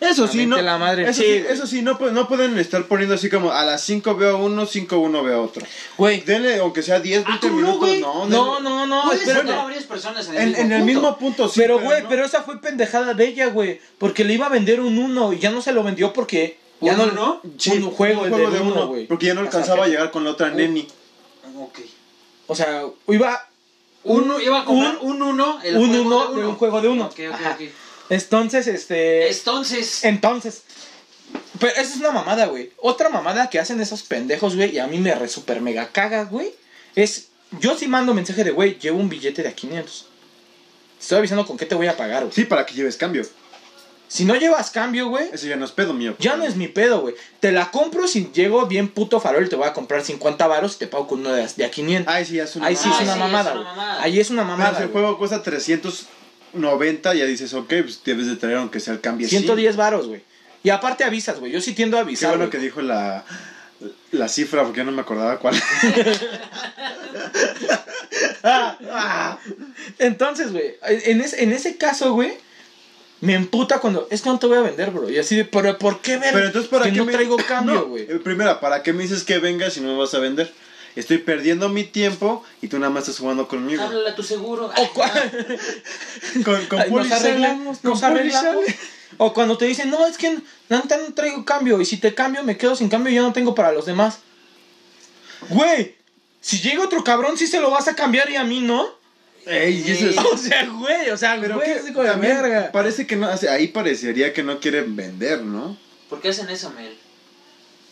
Speaker 3: Eso sí,
Speaker 2: Mente
Speaker 3: no.
Speaker 2: la madre.
Speaker 3: Eso
Speaker 2: Sí,
Speaker 3: sí,
Speaker 2: güey.
Speaker 3: eso sí, no, pu- no pueden estar poniendo así como a las 5 veo uno, 5 uno veo otro.
Speaker 2: Güey,
Speaker 3: Denle, aunque sea 10,
Speaker 4: Ah,
Speaker 3: 20
Speaker 4: ¿cómo no,
Speaker 3: minutos.
Speaker 4: güey?
Speaker 3: No,
Speaker 2: no,
Speaker 3: denle-
Speaker 2: no, no,
Speaker 4: Puedes
Speaker 2: espérate.
Speaker 4: poner a varias personas en el
Speaker 3: En,
Speaker 4: mismo
Speaker 3: en el
Speaker 4: punto.
Speaker 3: mismo punto, sí.
Speaker 2: pero, güey,
Speaker 3: no.
Speaker 2: pero esa fue pendejada de ella, güey. Porque le iba a vender un uno y ya no se lo vendió porque. Ya
Speaker 4: ¿Uno,
Speaker 2: no,
Speaker 4: no?
Speaker 3: Sí,
Speaker 2: un juego,
Speaker 3: un
Speaker 2: el
Speaker 3: juego
Speaker 2: del
Speaker 3: de
Speaker 2: uno,
Speaker 3: uno,
Speaker 2: güey.
Speaker 3: Porque ya no alcanzaba a
Speaker 2: Hasta- Oh.
Speaker 3: llegar con la otra neni.
Speaker 4: Ok.
Speaker 2: O sea, iba
Speaker 4: Uno iba a comprar un, uno. El
Speaker 2: un
Speaker 4: juego
Speaker 2: uno
Speaker 4: de
Speaker 2: de un juego de uno.
Speaker 4: Ok, ok,
Speaker 2: Ajá.
Speaker 4: ok.
Speaker 2: Entonces, este.
Speaker 4: Entonces.
Speaker 2: Entonces. Pero eso es una mamada, güey. Otra mamada que hacen esos pendejos, güey, y a mí me re super mega caga, güey. Es. Yo sí mando mensaje de, güey, llevo un billete de a 500. Te Estoy avisando con qué te voy a pagar, güey.
Speaker 3: Sí, para que lleves cambio.
Speaker 2: Si no llevas cambio, güey,
Speaker 3: Eso ya no es pedo mío.
Speaker 2: ya no es mi pedo, güey. Te la compro si llego bien puto farol y te voy a comprar 50 varos y te pago con uno de, a- de a 500.
Speaker 3: Ay, sí, ya Ah, es una
Speaker 2: Ahí sí es
Speaker 4: Ay,
Speaker 2: una
Speaker 4: sí,
Speaker 2: mamada,
Speaker 4: es una
Speaker 2: güey.
Speaker 4: mamada.
Speaker 2: Ahí es una
Speaker 3: Pero
Speaker 2: mamada.
Speaker 3: si el
Speaker 2: güey.
Speaker 3: juego cuesta 390, ya dices, ok, pues debes de traer aunque sea el cambio.
Speaker 2: 110 varos, güey. Y aparte avisas, güey. Yo sí tiendo a
Speaker 3: Qué
Speaker 2: avisar.
Speaker 3: bueno
Speaker 2: güey.
Speaker 3: que dijo la, la cifra, porque yo no me acordaba cuál.
Speaker 2: Entonces, güey, en, es- en ese caso, güey, me emputa cuando, es que no te voy a vender, bro. Y así de, pero ¿por qué ver?
Speaker 3: Pero entonces, ¿para
Speaker 2: que
Speaker 3: qué
Speaker 2: no
Speaker 3: me-
Speaker 2: traigo cambio,
Speaker 3: No,
Speaker 2: güey.
Speaker 3: eh, primera, ¿para qué me dices que vengas si no me vas a vender? Estoy perdiendo mi tiempo y tú nada más estás jugando conmigo.
Speaker 4: Háblale a tu seguro.
Speaker 2: O, cua-
Speaker 3: Con, con
Speaker 2: Ay,
Speaker 3: Poli
Speaker 2: nos
Speaker 3: sale,
Speaker 2: arreglamos,
Speaker 3: con
Speaker 2: nos
Speaker 3: Poli
Speaker 2: arreglamos.
Speaker 3: sale.
Speaker 2: O cuando te dicen, no, es que no, no traigo cambio. Y si te cambio, me quedo sin cambio y ya no tengo para los demás. Güey, si llega otro cabrón, sí se lo vas a cambiar y a mí no.
Speaker 3: Ey, y eso es-
Speaker 2: O sea, güey, o sea,
Speaker 3: Pero
Speaker 2: güey,
Speaker 3: que
Speaker 2: es hijo de
Speaker 3: también
Speaker 2: verga.
Speaker 3: parece que no, o sea, ahí parecería que no quieren vender, ¿no?
Speaker 4: ¿Por qué hacen eso, Mel?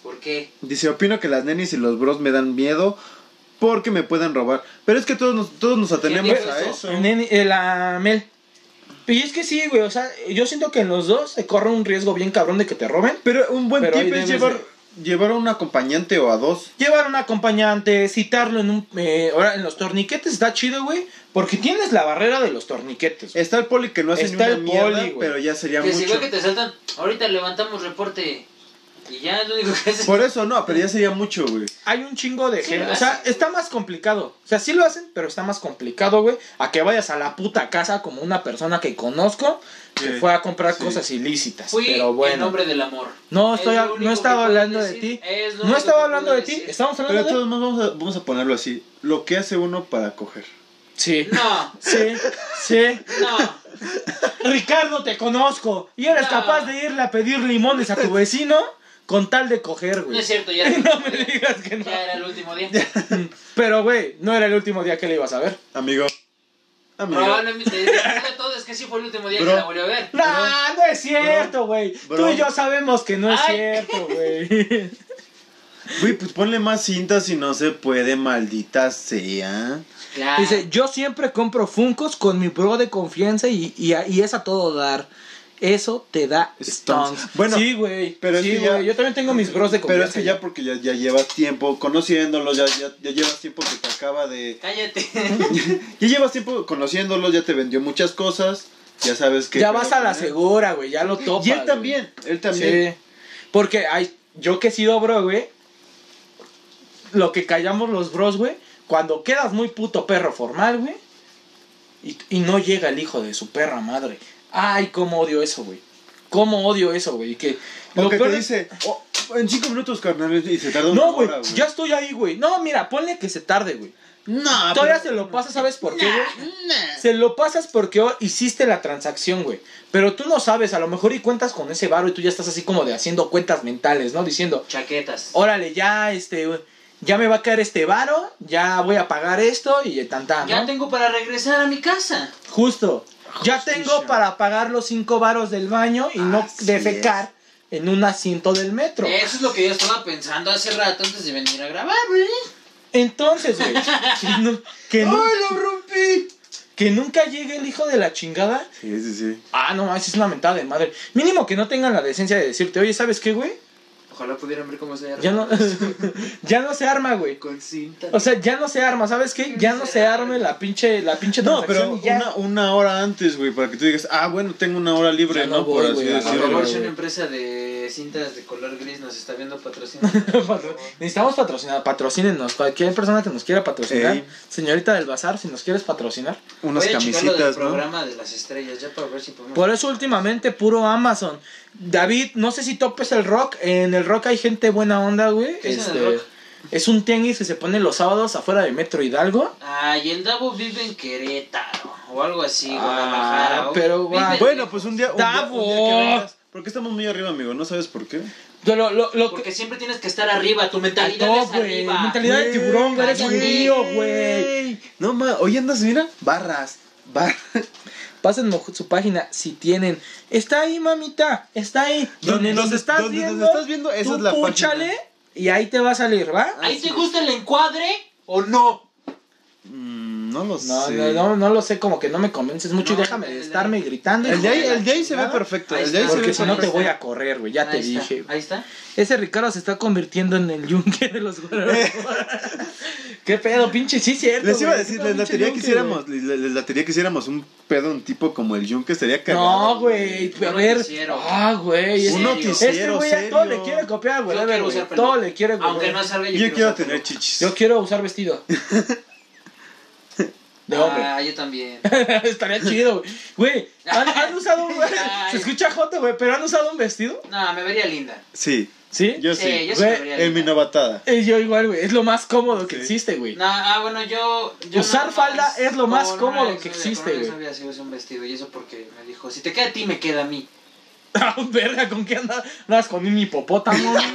Speaker 4: ¿Por qué?
Speaker 3: Dice, opino que las nenis y los bros me dan miedo porque me pueden robar. Pero es que todos nos, todos nos atenemos
Speaker 4: dijo
Speaker 3: a
Speaker 4: eso?
Speaker 3: eso.
Speaker 2: Nene- eh, la Mel. Y es que sí, güey, o sea, yo siento que en los dos se corre un riesgo bien cabrón de que te roben.
Speaker 3: Pero un buen
Speaker 2: Pero ahí
Speaker 3: tip es
Speaker 2: debes
Speaker 3: llevar, llevar a un acompañante o a dos.
Speaker 2: Llevar un acompañante, citarlo en un... eh, ahora, en los torniquetes está chido, güey, porque tienes la barrera de los torniquetes. güey.
Speaker 3: Está el poli que no hace
Speaker 2: Está
Speaker 3: ni
Speaker 2: el
Speaker 3: una
Speaker 2: poli,
Speaker 3: mierda,
Speaker 2: güey.
Speaker 3: pero ya sería
Speaker 4: que si
Speaker 3: mucho.
Speaker 4: ve que te saltan, ahorita levantamos reporte. Y ya es lo único que hacen.
Speaker 3: Por eso no, pero ya sería mucho, güey.
Speaker 2: Hay un chingo de
Speaker 4: Sí,
Speaker 2: gente,
Speaker 4: lo
Speaker 2: o sea,
Speaker 4: hacen.
Speaker 2: está más complicado. O sea, sí lo hacen, pero está más complicado, güey, a que vayas a la puta casa como una persona que conozco que
Speaker 3: Sí,
Speaker 2: fue a comprar
Speaker 3: sí.
Speaker 2: cosas ilícitas.
Speaker 4: Fui
Speaker 2: pero
Speaker 4: en
Speaker 2: bueno.
Speaker 4: nombre del amor.
Speaker 2: No,
Speaker 4: Es
Speaker 2: estoy,
Speaker 4: lo
Speaker 2: a-
Speaker 4: único
Speaker 2: no estaba
Speaker 4: que puedo
Speaker 2: hablando de
Speaker 4: decir,
Speaker 2: ti.
Speaker 4: es lo
Speaker 2: No
Speaker 4: único
Speaker 2: estaba
Speaker 4: que
Speaker 2: hablando
Speaker 4: puedo
Speaker 2: de ti.
Speaker 4: decir.
Speaker 2: Estamos
Speaker 3: Pero de
Speaker 2: hablando de...
Speaker 3: todos modos vamos a, vamos a ponerlo así. Lo que hace uno para coger.
Speaker 2: Sí,
Speaker 4: No,
Speaker 2: sí, sí.
Speaker 4: no.
Speaker 2: Ricardo, te conozco. Y eres
Speaker 4: No.
Speaker 2: capaz de irle a pedir limones a tu vecino con tal de coger,
Speaker 4: No
Speaker 2: güey.
Speaker 4: es cierto, ya,
Speaker 2: No me digas que no.
Speaker 4: ya era el último día.
Speaker 2: Pero, güey, no era el último día que le ibas a ver.
Speaker 3: Amigo. Amigo.
Speaker 4: Probablemente, después de todo, es que sí fue el último día
Speaker 3: Bro.
Speaker 4: que la volvió a ver.
Speaker 2: No, Ah, no es cierto, güey.
Speaker 3: bro.
Speaker 2: Tú y yo sabemos que no es
Speaker 4: Ay.
Speaker 2: cierto, güey.
Speaker 3: Güey, pues ponle más cinta si no se puede, maldita sea.
Speaker 4: Claro.
Speaker 2: Dice, yo siempre compro Funcos con mi bro de confianza y, y, a- y es a todo dar. Eso te da
Speaker 3: Stonks.
Speaker 2: stonks.
Speaker 3: Bueno,
Speaker 2: sí, güey.
Speaker 3: pero es
Speaker 2: sí,
Speaker 3: que ya-
Speaker 2: güey. Yo también tengo mis bros de
Speaker 3: Pero
Speaker 2: confianza.
Speaker 3: es que ya porque ya, ya llevas tiempo conociéndolos, ya, ya, ya llevas tiempo que te acaba de...
Speaker 4: Cállate.
Speaker 3: Ya llevas tiempo conociéndolos, ya te vendió muchas cosas, ya sabes que...
Speaker 2: Ya vas a la
Speaker 3: segunda.
Speaker 2: segura, güey. Ya lo topas.
Speaker 3: Y él
Speaker 2: güey.
Speaker 3: también, él también.
Speaker 2: Sí. Porque hay, yo que he sido bro, güey. Lo que callamos los bros, güey. Cuando quedas muy puto perro formal, güey. Y, y no llega el hijo de su perra madre. Ay, cómo odio eso, güey. Cómo odio eso, güey. Que
Speaker 3: Lo
Speaker 2: lo
Speaker 3: que
Speaker 2: peor
Speaker 3: te
Speaker 2: es-
Speaker 3: dice, "Oh, en cinco minutos, carnal, y se tarda una
Speaker 2: No, güey.
Speaker 3: hora, güey.
Speaker 2: Ya estoy ahí, güey. No, mira, ponle que se tarde, güey.
Speaker 3: No,
Speaker 2: Todavía
Speaker 3: Ah, pero-
Speaker 2: se lo pasas, ¿sabes por qué, güey? Se lo pasas porque oh, hiciste la transacción, güey. Pero tú no sabes, a lo mejor y cuentas con ese varo y tú ya estás así como de haciendo cuentas mentales, ¿no? Diciendo,
Speaker 4: Chaquetas.
Speaker 2: órale, ya, este, ya me va a caer este varo, ya voy a pagar esto y tan tan,
Speaker 4: Ya
Speaker 2: ¿no?
Speaker 4: tengo para regresar a mi casa.
Speaker 2: Justo. Ya
Speaker 3: Justicia.
Speaker 2: tengo para pagar los cinco varos del baño y no
Speaker 3: Así
Speaker 2: defecar en un asiento del metro.
Speaker 4: Eso es lo que yo estaba pensando hace rato antes de venir a grabar, güey.
Speaker 2: Entonces, güey, que, nu- que nu-
Speaker 4: lo rompí!
Speaker 2: que nunca llegue el hijo de la chingada.
Speaker 3: Sí, sí, sí.
Speaker 2: Ah, no, mames, es una mentada de madre. Mínimo que no tengan la decencia de decirte, oye, ¿sabes qué, güey?
Speaker 4: Ojalá pudieran ver cómo se
Speaker 2: Ya no, ya no se arma, güey.
Speaker 4: Con cinta.
Speaker 2: O sea, ya no se arma, ¿sabes qué? Ya no se arme la pinche, la pinche
Speaker 3: No, pero
Speaker 2: transacción y ya.
Speaker 3: una, una hora antes, güey, para que tú digas, ah, bueno, tengo una hora libre,
Speaker 2: Ya no
Speaker 3: ¿no?
Speaker 2: voy,
Speaker 3: Por así
Speaker 2: güey, a la
Speaker 4: Por favor,
Speaker 3: decirlo.
Speaker 2: verga.
Speaker 4: si
Speaker 2: güey.
Speaker 4: una empresa de cintas de color gris nos está viendo patrocinando.
Speaker 2: Patro- Necesitamos patrocinar, patrocínenos. Cualquier persona que nos quiera patrocinar,
Speaker 3: Ey.
Speaker 2: señorita del bazar, si nos quieres patrocinar.
Speaker 3: Unas
Speaker 4: Voy a checar lo del
Speaker 3: camisitas, ¿no?
Speaker 4: programa de las estrellas, ya para ver si podemos.
Speaker 2: Por eso últimamente puro Amazon. David, no sé si topes el rock. En el rock hay gente buena onda, güey.
Speaker 4: ¿Qué es en
Speaker 2: Este,
Speaker 4: el rock?
Speaker 2: es un tianguis que se pone los sábados afuera de Metro Hidalgo.
Speaker 4: Ah, y el Davo vive en Querétaro o algo así,
Speaker 2: Ah,
Speaker 4: Guadalajara. o-
Speaker 2: pero, ah,
Speaker 4: vive-
Speaker 2: güey.
Speaker 3: Bueno, pues un día, un día, un día que
Speaker 2: ¡Davo!
Speaker 3: vengas. ¿Por qué estamos muy arriba, amigo? ¿No sabes por qué?
Speaker 2: Lo, lo- lo que-
Speaker 4: Porque siempre tienes que estar arriba, tu
Speaker 2: pues, Al
Speaker 4: mentalidad
Speaker 2: top,
Speaker 4: es
Speaker 2: güey.
Speaker 4: arriba.
Speaker 2: Mentalidad de tiburón, güey. Eres
Speaker 4: Güey.
Speaker 2: mío, güey.
Speaker 3: No, ma, hoy andas, mira, barras, barras.
Speaker 2: Pasen su página si tienen. Está ahí, mamita. Está ahí. Donde
Speaker 3: Donde-
Speaker 2: nos
Speaker 3: donde-
Speaker 2: estás
Speaker 3: donde nos
Speaker 2: viendo.
Speaker 3: estás viendo, esa
Speaker 2: tú
Speaker 3: es la página.
Speaker 2: púchale y ahí te va a salir, ¿va?
Speaker 4: ¿Ahí te gusta el encuadre o no?
Speaker 3: Mm, no lo
Speaker 2: No,
Speaker 3: sé.
Speaker 2: no, no, no lo sé, como que no me convences mucho y
Speaker 4: No,
Speaker 2: déjame de
Speaker 4: el de-
Speaker 2: estarme gritando.
Speaker 3: El
Speaker 2: hijo
Speaker 3: de ahí,
Speaker 2: de la
Speaker 3: el de ahí se ve
Speaker 2: chingada,
Speaker 3: perfecto.
Speaker 4: Ahí
Speaker 3: El de ahí
Speaker 4: está.
Speaker 3: se ve
Speaker 2: Porque si no te
Speaker 3: perfecto.
Speaker 2: voy a correr, güey, ya te
Speaker 4: Ahí está,
Speaker 2: dije.
Speaker 4: Ahí está.
Speaker 2: Ese Ricardo se está convirtiendo en el yunque de los güeros. Qué pedo, pinche, sí, cierto.
Speaker 3: Les iba a
Speaker 2: güey,
Speaker 3: decir,
Speaker 2: qué pedo,
Speaker 3: les
Speaker 2: pinche
Speaker 3: latería que
Speaker 2: yunque,
Speaker 3: hiciéramos, les, les latería que hiciéramos un pedo, un tipo como el Yunque, sería
Speaker 2: güey.
Speaker 3: cagado.
Speaker 2: No, güey,
Speaker 4: No
Speaker 2: a ver.
Speaker 4: quisieron.
Speaker 2: Ah, güey.
Speaker 3: Un
Speaker 4: serio.
Speaker 2: Este
Speaker 3: noticiero,
Speaker 2: güey a
Speaker 3: serio.
Speaker 2: todo le quiere copiar, güey.
Speaker 4: Yo
Speaker 2: a ver,
Speaker 4: quiero
Speaker 2: güey,
Speaker 4: usar peluca.
Speaker 2: Todo le quiere copiar.
Speaker 4: Aunque no salga
Speaker 3: Yo quiero
Speaker 4: usar
Speaker 3: tener
Speaker 4: peluca.
Speaker 3: chichis.
Speaker 2: Yo quiero usar vestido. De hombre.
Speaker 4: Ah, yo también.
Speaker 2: Estaría chido, güey. güey. ¿han, han usado un.
Speaker 4: Ay.
Speaker 2: Se escucha joto, güey, pero han usado un vestido.
Speaker 4: No, me vería linda.
Speaker 3: Sí,
Speaker 2: Eh, ¿Sí?
Speaker 3: yo sí.
Speaker 4: Sí, yo sí
Speaker 2: Güey,
Speaker 4: me vería
Speaker 3: en mi
Speaker 4: linda.
Speaker 3: novatada.
Speaker 2: Eh, yo igual, güey. Es lo más cómodo que
Speaker 3: Sí.
Speaker 2: existe, güey.
Speaker 4: No, ah, bueno, yo. yo
Speaker 2: Usar
Speaker 4: nada
Speaker 2: falda
Speaker 4: más
Speaker 2: es lo más
Speaker 4: con
Speaker 2: cómodo
Speaker 4: una
Speaker 2: que
Speaker 4: exnovia,
Speaker 2: existe,
Speaker 4: con una
Speaker 2: güey.
Speaker 4: exnovia sí usé un vestido y eso porque me dijo: si te queda a ti, me queda a mí.
Speaker 2: Ah, verga, ¿con qué andas? Andas con un hipopótamo.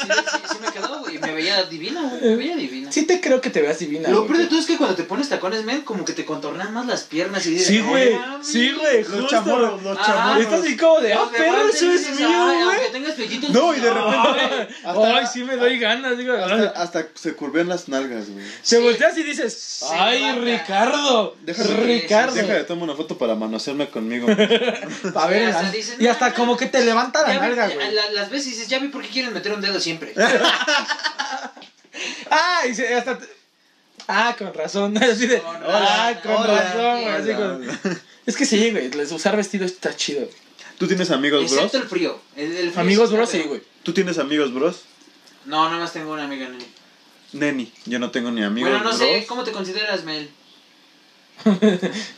Speaker 4: Sí, sí, sí, sí me quedó, güey. Me veía divina, güey. Me veía divina.
Speaker 2: sí te creo que te veas divina.
Speaker 4: Lo
Speaker 2: güey.
Speaker 4: peor de todo es que cuando te pones tacones, men, como que te contornan más las piernas y dices,
Speaker 2: Sí, güey.
Speaker 4: "Ah, mami".
Speaker 2: Sí, güey.
Speaker 3: Los
Speaker 2: Justo.
Speaker 3: chamorros, los
Speaker 4: Ah,
Speaker 3: chamorros.
Speaker 2: Estás así como de,
Speaker 4: Los
Speaker 2: ah,
Speaker 4: demás
Speaker 2: perro,
Speaker 4: te
Speaker 2: eso es
Speaker 4: dices, "Ay,
Speaker 2: mío, güey.
Speaker 4: Aunque tengas pellitos.
Speaker 3: No, y de repente-
Speaker 2: Ay,
Speaker 3: Hasta-
Speaker 2: sí me doy ganas, digo.
Speaker 3: Hasta, hasta se curvean las nalgas, güey.
Speaker 2: Se
Speaker 4: Sí.
Speaker 2: volteas y dices,
Speaker 4: Sí,
Speaker 2: ay,
Speaker 4: vaca.
Speaker 2: Ricardo.
Speaker 3: Deja de-
Speaker 2: Ricardo.
Speaker 3: Deja de tomar una foto para manosearme conmigo.
Speaker 2: A ver,
Speaker 4: Sí, hasta
Speaker 2: la-
Speaker 4: dices,
Speaker 2: y hasta
Speaker 4: "No,
Speaker 2: como que te levanta la
Speaker 4: Ya vi-
Speaker 2: nalga,
Speaker 4: ya-
Speaker 2: güey.
Speaker 4: la- las veces dices, ya vi por qué quieren meter un dedo siempre.
Speaker 2: Ah, y se- hasta. te- Ah, con razón. Así de,
Speaker 4: Con
Speaker 2: ah,
Speaker 4: razón.
Speaker 2: con
Speaker 4: Hola.
Speaker 2: razón, güey. así
Speaker 3: Hola.
Speaker 2: con- Es que sí, güey. les- Usar vestido está chido. güey.
Speaker 3: ¿Tú tienes amigos, bros?
Speaker 4: Excepto el frío. El, el frío
Speaker 2: Amigos, bro,
Speaker 4: está
Speaker 2: sí,
Speaker 4: feo.
Speaker 2: güey.
Speaker 3: ¿Tú tienes amigos, bros?
Speaker 4: No, nada más tengo una amiga, nene.
Speaker 3: Neni, yo no tengo ni amigos,
Speaker 4: Bueno, no
Speaker 3: bros.
Speaker 4: sé, ¿cómo te consideras, Mel?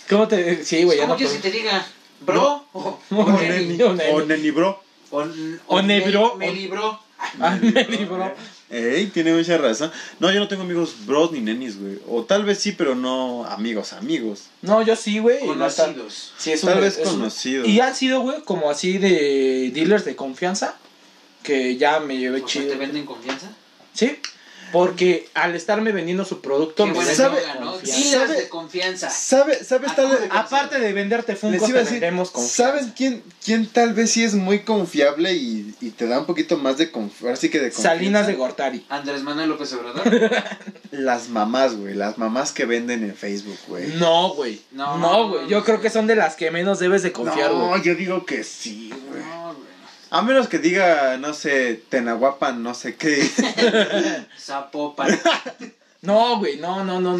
Speaker 2: ¿Cómo te.? Sí, güey, ya
Speaker 4: ¿Cómo
Speaker 2: no.
Speaker 4: quieres
Speaker 2: puedo.
Speaker 4: que te diga? ¿Bro? O,
Speaker 2: No.
Speaker 4: o
Speaker 2: O
Speaker 4: neni.
Speaker 2: neni.
Speaker 3: O neni, bro.
Speaker 4: O,
Speaker 2: O nebro.
Speaker 4: Me, me libró.
Speaker 2: Ah, Nelly, bro.
Speaker 3: Ey, tiene mucha razón. No, yo no tengo amigos bros ni nenis, güey. O tal vez sí, pero no amigos, amigos.
Speaker 2: No, yo sí, güey. y no está-
Speaker 4: Conocidos.
Speaker 2: Sí, es un-
Speaker 3: Tal vez
Speaker 2: es un-
Speaker 3: conocidos.
Speaker 2: Y han sido, güey, como así de dealers de confianza. Que ya me llevé
Speaker 4: O sea,
Speaker 2: chido.
Speaker 4: ¿Te venden confianza?
Speaker 2: ¿Sí? Porque al estarme vendiendo su producto,
Speaker 4: Qué
Speaker 2: me
Speaker 4: buena
Speaker 2: venden
Speaker 3: sabe-
Speaker 4: droga, ¿no?
Speaker 2: confianza.
Speaker 4: Dealers
Speaker 3: Sabe-
Speaker 4: de confianza.
Speaker 3: ¿Sabe, sabe
Speaker 4: Ah,
Speaker 3: tal
Speaker 4: ¿cómo
Speaker 3: vez-
Speaker 4: de-
Speaker 2: Aparte de venderte Funko,
Speaker 3: Les
Speaker 2: te
Speaker 3: iba a decir,
Speaker 2: vendemos confianza.
Speaker 3: ¿saben quién, quién tal vez sí es muy confiable y, y te da un poquito más de confianza? Ahora sí que de confianza.
Speaker 2: Salinas de Gortari.
Speaker 4: Andrés Manuel López Obrador.
Speaker 3: Las mamás, güey. Las mamás que venden en Facebook, güey.
Speaker 2: No, güey.
Speaker 4: No,
Speaker 2: No, güey. Yo
Speaker 4: no,
Speaker 2: creo
Speaker 4: no.
Speaker 2: que son de las que menos debes de confiar,
Speaker 3: No,
Speaker 2: güey.
Speaker 3: yo digo que sí, güey.
Speaker 4: No, güey.
Speaker 3: A menos que diga, no sé, Tenahuapan, no sé qué.
Speaker 4: Zapopan.
Speaker 2: No, güey. No, no, no.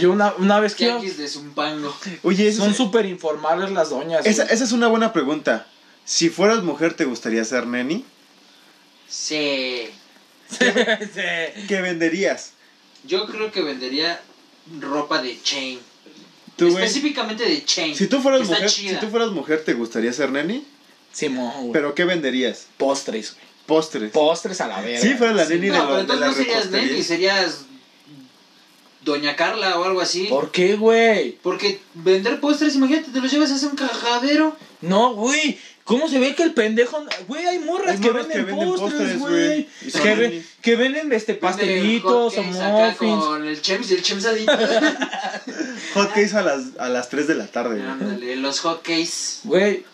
Speaker 2: Yo una, una vez que. iba-
Speaker 4: Tianguis de Zumpango.
Speaker 3: Oye, eso
Speaker 2: Son
Speaker 3: es-
Speaker 2: súper informales las doñas.
Speaker 3: esa,
Speaker 2: güey.
Speaker 3: esa es una buena pregunta. Si fueras mujer, ¿te gustaría ser neni?
Speaker 4: Sí.
Speaker 2: Sí.
Speaker 3: ¿Qué venderías?
Speaker 4: Yo creo que vendería ropa de chain.
Speaker 3: Tú, güey.
Speaker 4: Específicamente de chain.
Speaker 3: Si tú fueras
Speaker 4: que está
Speaker 3: mujer,
Speaker 4: chida.
Speaker 3: si tú fueras mujer, ¿te gustaría ser neni?
Speaker 2: Simón, güey.
Speaker 3: ¿Pero qué venderías?
Speaker 2: Postres, güey.
Speaker 3: Postres.
Speaker 2: Postres a la verga.
Speaker 3: Sí, fuera la neni de,
Speaker 4: no,
Speaker 3: lo-
Speaker 4: pero
Speaker 3: de
Speaker 4: entonces
Speaker 3: la
Speaker 4: no serías
Speaker 3: repostería.
Speaker 4: Nelly, serías Doña Carla o algo así.
Speaker 2: ¿Por qué, güey?
Speaker 4: Porque vender postres, imagínate, te los llevas a hacer un cajadero.
Speaker 2: No, güey. ¿Cómo se ve que el pendejo.? Güey, hay morras,
Speaker 3: Hay
Speaker 2: que,
Speaker 3: morras
Speaker 2: venden
Speaker 3: que venden
Speaker 2: postres,
Speaker 3: postres,
Speaker 2: güey.
Speaker 3: güey. Y son
Speaker 2: Que,
Speaker 3: mini.
Speaker 2: ven- que venden este, pastelitos o
Speaker 4: Vende hotcakes acá
Speaker 2: muffins.
Speaker 4: Con el chems y el chems adicto.
Speaker 3: Hotcakes a las, a las 3 de la tarde, güey.
Speaker 4: Ándale, los hotcakes.
Speaker 2: Güey,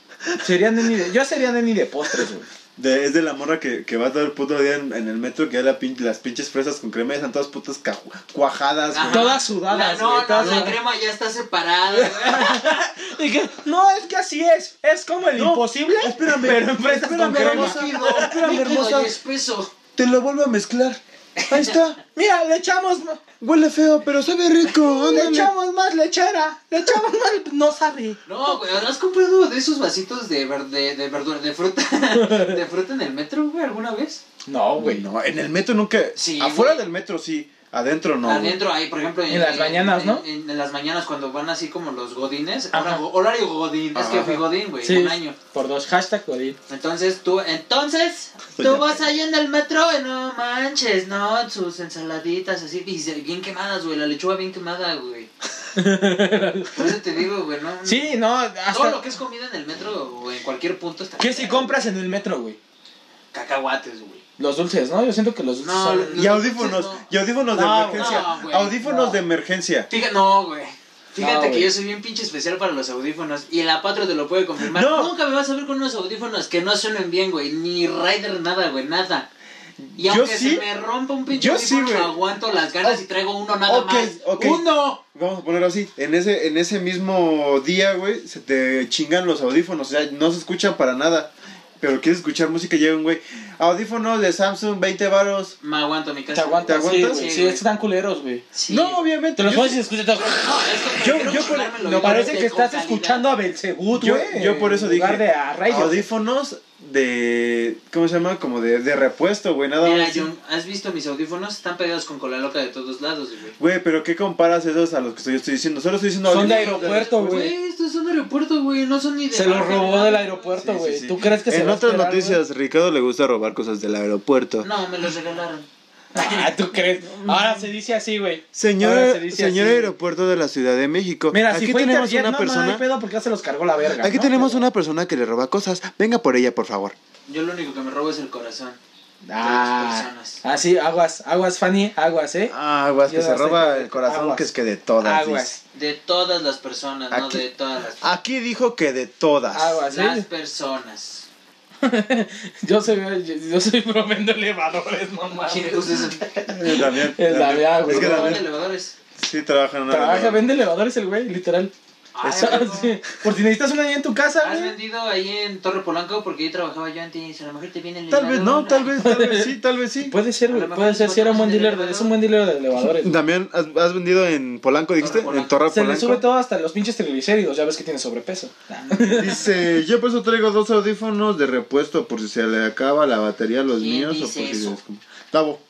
Speaker 2: sería neni de. Yo sería neni de postres, güey.
Speaker 3: De- es de la morra que, que va todo el puto día en, en el metro que ya la pin- las pinches fresas con crema ya están todas putas ca- cuajadas, güey.
Speaker 4: Ajá.
Speaker 2: Todas
Speaker 4: La,
Speaker 2: sudadas,
Speaker 4: no,
Speaker 2: güey.
Speaker 4: no,
Speaker 2: todas
Speaker 4: la
Speaker 2: sudadas.
Speaker 4: crema ya está separada. güey.
Speaker 2: Y que, no, es que así es. Es como el
Speaker 3: No,
Speaker 2: imposible.
Speaker 3: espérame,
Speaker 2: pero en fresas
Speaker 3: espérame,
Speaker 2: con crema.
Speaker 3: hermosa.
Speaker 4: Líquido,
Speaker 3: Espérame,
Speaker 4: líquido
Speaker 3: hermosa.
Speaker 4: y espeso.
Speaker 3: Te lo vuelvo a mezclar. Ahí está.
Speaker 2: Mira, le echamos,
Speaker 3: Huele feo, pero sabe rico.
Speaker 2: le
Speaker 3: Ándale.
Speaker 2: echamos más lechera. Le echamos más. No sabe.
Speaker 4: No, güey, ¿has comprado de esos vasitos de, ver- de, de verdura, de fruta, de fruta en el metro, güey, alguna vez?
Speaker 2: No,
Speaker 3: Güey, no, en el metro nunca.
Speaker 4: Sí,
Speaker 3: Afuera
Speaker 4: güey.
Speaker 3: del metro sí, adentro no. güey.
Speaker 4: Adentro hay, por ejemplo...
Speaker 2: En las mañanas, ¿no?
Speaker 4: En, en las mañanas cuando van así como los godines,
Speaker 2: Ajá.
Speaker 4: hora- horario godín, es que
Speaker 3: Ajá.
Speaker 4: fui godín, güey,
Speaker 2: Sí,
Speaker 4: un año.
Speaker 2: Por dos, hashtag Godín.
Speaker 4: Entonces tú, entonces,
Speaker 3: Soy
Speaker 4: tú
Speaker 3: la
Speaker 4: vas ahí en el metro, y no manches, no, sus ensaladitas así, y se- bien quemadas, güey, la lechuga bien quemada, güey. Por eso te digo, güey, no.
Speaker 2: Sí, no,
Speaker 4: Todo lo
Speaker 2: hasta.
Speaker 4: que es comida en el metro o en cualquier punto está.
Speaker 2: ¿Qué si compras en el metro, güey?
Speaker 4: Cacahuates, güey.
Speaker 2: Los dulces, ¿no? Yo siento que los dulces
Speaker 4: No,
Speaker 2: son-
Speaker 4: los-
Speaker 3: Y audífonos,
Speaker 4: No.
Speaker 3: y audífonos
Speaker 2: No,
Speaker 3: de emergencia.
Speaker 4: no, güey,
Speaker 3: audífonos
Speaker 2: no.
Speaker 3: de emergencia.
Speaker 4: Fíjate, no, güey.
Speaker 2: No,
Speaker 4: Fíjate que
Speaker 2: güey.
Speaker 4: yo soy bien pinche especial para los audífonos y la patro te lo puede confirmar.
Speaker 3: No.
Speaker 4: Nunca me vas a ver con unos audífonos que no suenen bien, güey. Ni rider nada, güey, nada. Y
Speaker 3: Yo
Speaker 4: aunque
Speaker 3: sí-
Speaker 4: se me rompa un pinche
Speaker 3: yo sí,
Speaker 4: audífono,
Speaker 3: güey. Ah,
Speaker 4: aguanto las ganas y traigo uno nada
Speaker 3: ok,
Speaker 4: más.
Speaker 3: ok.
Speaker 4: ¡Uno!
Speaker 3: Vamos a ponerlo así. En ese, en ese mismo día, güey, se te chingan los audífonos. O sea, no se escuchan para nada. Pero quieres escuchar música, llega un güey. Audífonos de Samsung, 20 varos.
Speaker 4: Me aguanto mi casa.
Speaker 2: Te aguantas,
Speaker 3: ¿Te
Speaker 2: sí,
Speaker 3: aguantas?
Speaker 2: güey.
Speaker 4: Sí,
Speaker 2: Sí,
Speaker 4: güey.
Speaker 2: están culeros, güey.
Speaker 4: Sí.
Speaker 3: No, obviamente.
Speaker 2: Te los
Speaker 3: yo,
Speaker 2: pones y escuchas. todo.
Speaker 4: No, es que
Speaker 3: Yo-
Speaker 4: prefiero
Speaker 3: yo por-
Speaker 4: chingármelo
Speaker 3: no,
Speaker 4: yo,
Speaker 2: Parece
Speaker 4: güey,
Speaker 2: que estás
Speaker 4: con calidad.
Speaker 2: escuchando a Belcebú,
Speaker 3: yo,
Speaker 2: güey.
Speaker 3: yo por eso
Speaker 2: en
Speaker 3: dije.
Speaker 2: lugar de a Rayo.
Speaker 3: audífonos de. ¿Cómo se llama? Como de, de repuesto, güey. Nada
Speaker 4: Mira,
Speaker 3: más.
Speaker 4: John, ¿has visto mis audífonos? Están pegados con cola loca de todos lados, güey.
Speaker 3: Güey, pero ¿qué comparas esos a los que estoy- yo estoy diciendo? Solo estoy diciendo
Speaker 2: Son de
Speaker 3: audífonos
Speaker 2: aeropuerto, güey.
Speaker 4: Pues, Güey, estos son de aeropuerto, güey. No son ni de.
Speaker 2: Se lo
Speaker 4: marca,
Speaker 2: robó
Speaker 4: nada,
Speaker 2: del
Speaker 4: güey.
Speaker 2: aeropuerto,
Speaker 3: Sí, sí,
Speaker 2: güey.
Speaker 3: sí.
Speaker 2: ¿Tú crees que se
Speaker 3: En
Speaker 2: va a
Speaker 3: otras
Speaker 2: esperar, güey?
Speaker 3: noticias, Ricardo le gusta robar cosas del aeropuerto.
Speaker 4: No, me los regalaron.
Speaker 2: Ah, ¿tú crees? Ahora se dice así, güey. Ahora
Speaker 3: Señor,
Speaker 2: se dice
Speaker 3: señor
Speaker 2: así.
Speaker 3: aeropuerto de la Ciudad de México.
Speaker 2: Mira,
Speaker 3: aquí
Speaker 2: si fue
Speaker 3: tenemos
Speaker 2: Interjet,
Speaker 3: una
Speaker 2: no, no
Speaker 3: persona.
Speaker 2: hay pedo porque ya se los cargó la verga.
Speaker 3: aquí
Speaker 2: ¿no?
Speaker 3: tenemos
Speaker 2: Pero-
Speaker 3: una persona que le roba cosas. Venga por ella, por favor.
Speaker 4: Yo lo único que me robo es el corazón. de las
Speaker 2: Ah,
Speaker 4: personas.
Speaker 2: ah, sí, aguas, aguas, Fanny, aguas, ¿eh?
Speaker 3: Ah, Aguas,
Speaker 2: Yo
Speaker 3: que se
Speaker 2: sé
Speaker 3: roba
Speaker 2: que-
Speaker 3: el corazón,
Speaker 2: aguas.
Speaker 3: que es que de todas. dice.
Speaker 2: aguas,
Speaker 4: De todas las personas, no
Speaker 3: Aquí-
Speaker 4: de todas las
Speaker 3: Aquí dijo que de todas.
Speaker 2: aguas, ¿eh?
Speaker 4: Las personas.
Speaker 2: Yo soy, yo, yo soy promendo elevadores, no
Speaker 4: ¿Quién
Speaker 2: mames.
Speaker 4: usa eso?
Speaker 3: Eh, Damián, Damián.
Speaker 2: Es Damián, güey.
Speaker 3: Es que
Speaker 4: ¿Cómo van
Speaker 3: Damián
Speaker 4: elevadores?
Speaker 3: sí trabaja en una.
Speaker 2: Trabaja,
Speaker 3: elevadora.
Speaker 2: vende elevadores el güey, literal.
Speaker 4: Ay,
Speaker 2: Eso,
Speaker 4: amigo,
Speaker 2: sí. Por si necesitas una ahí en tu casa,
Speaker 4: ¿Has
Speaker 2: güey.
Speaker 4: vendido ahí en Torre Polanco? Porque ahí trabajaba yo antes. A lo mejor te viene el
Speaker 3: Tal vez no,
Speaker 4: elevador.
Speaker 3: tal vez, tal vez sí, tal vez sí.
Speaker 2: Puede ser,
Speaker 4: A lo
Speaker 2: güey,
Speaker 4: mejor
Speaker 2: puede ser. Si era un buen
Speaker 4: encontramos
Speaker 2: dealer,
Speaker 4: un
Speaker 2: de- es un buen dealer de elevadores. güey.
Speaker 3: Damián, ¿has, has vendido en Polanco, dijiste?
Speaker 4: Torre
Speaker 3: En Torre
Speaker 2: Se le sube
Speaker 3: Polanco.
Speaker 2: todo hasta los pinches triglicéridos, ya ves que tiene sobrepeso. Nah.
Speaker 3: Dice, yo por eso traigo dos audífonos de repuesto por si se le acaba la batería a los
Speaker 4: ¿Quién
Speaker 3: míos o
Speaker 4: dice
Speaker 3: por si se
Speaker 4: eso?
Speaker 3: descom- Tavo.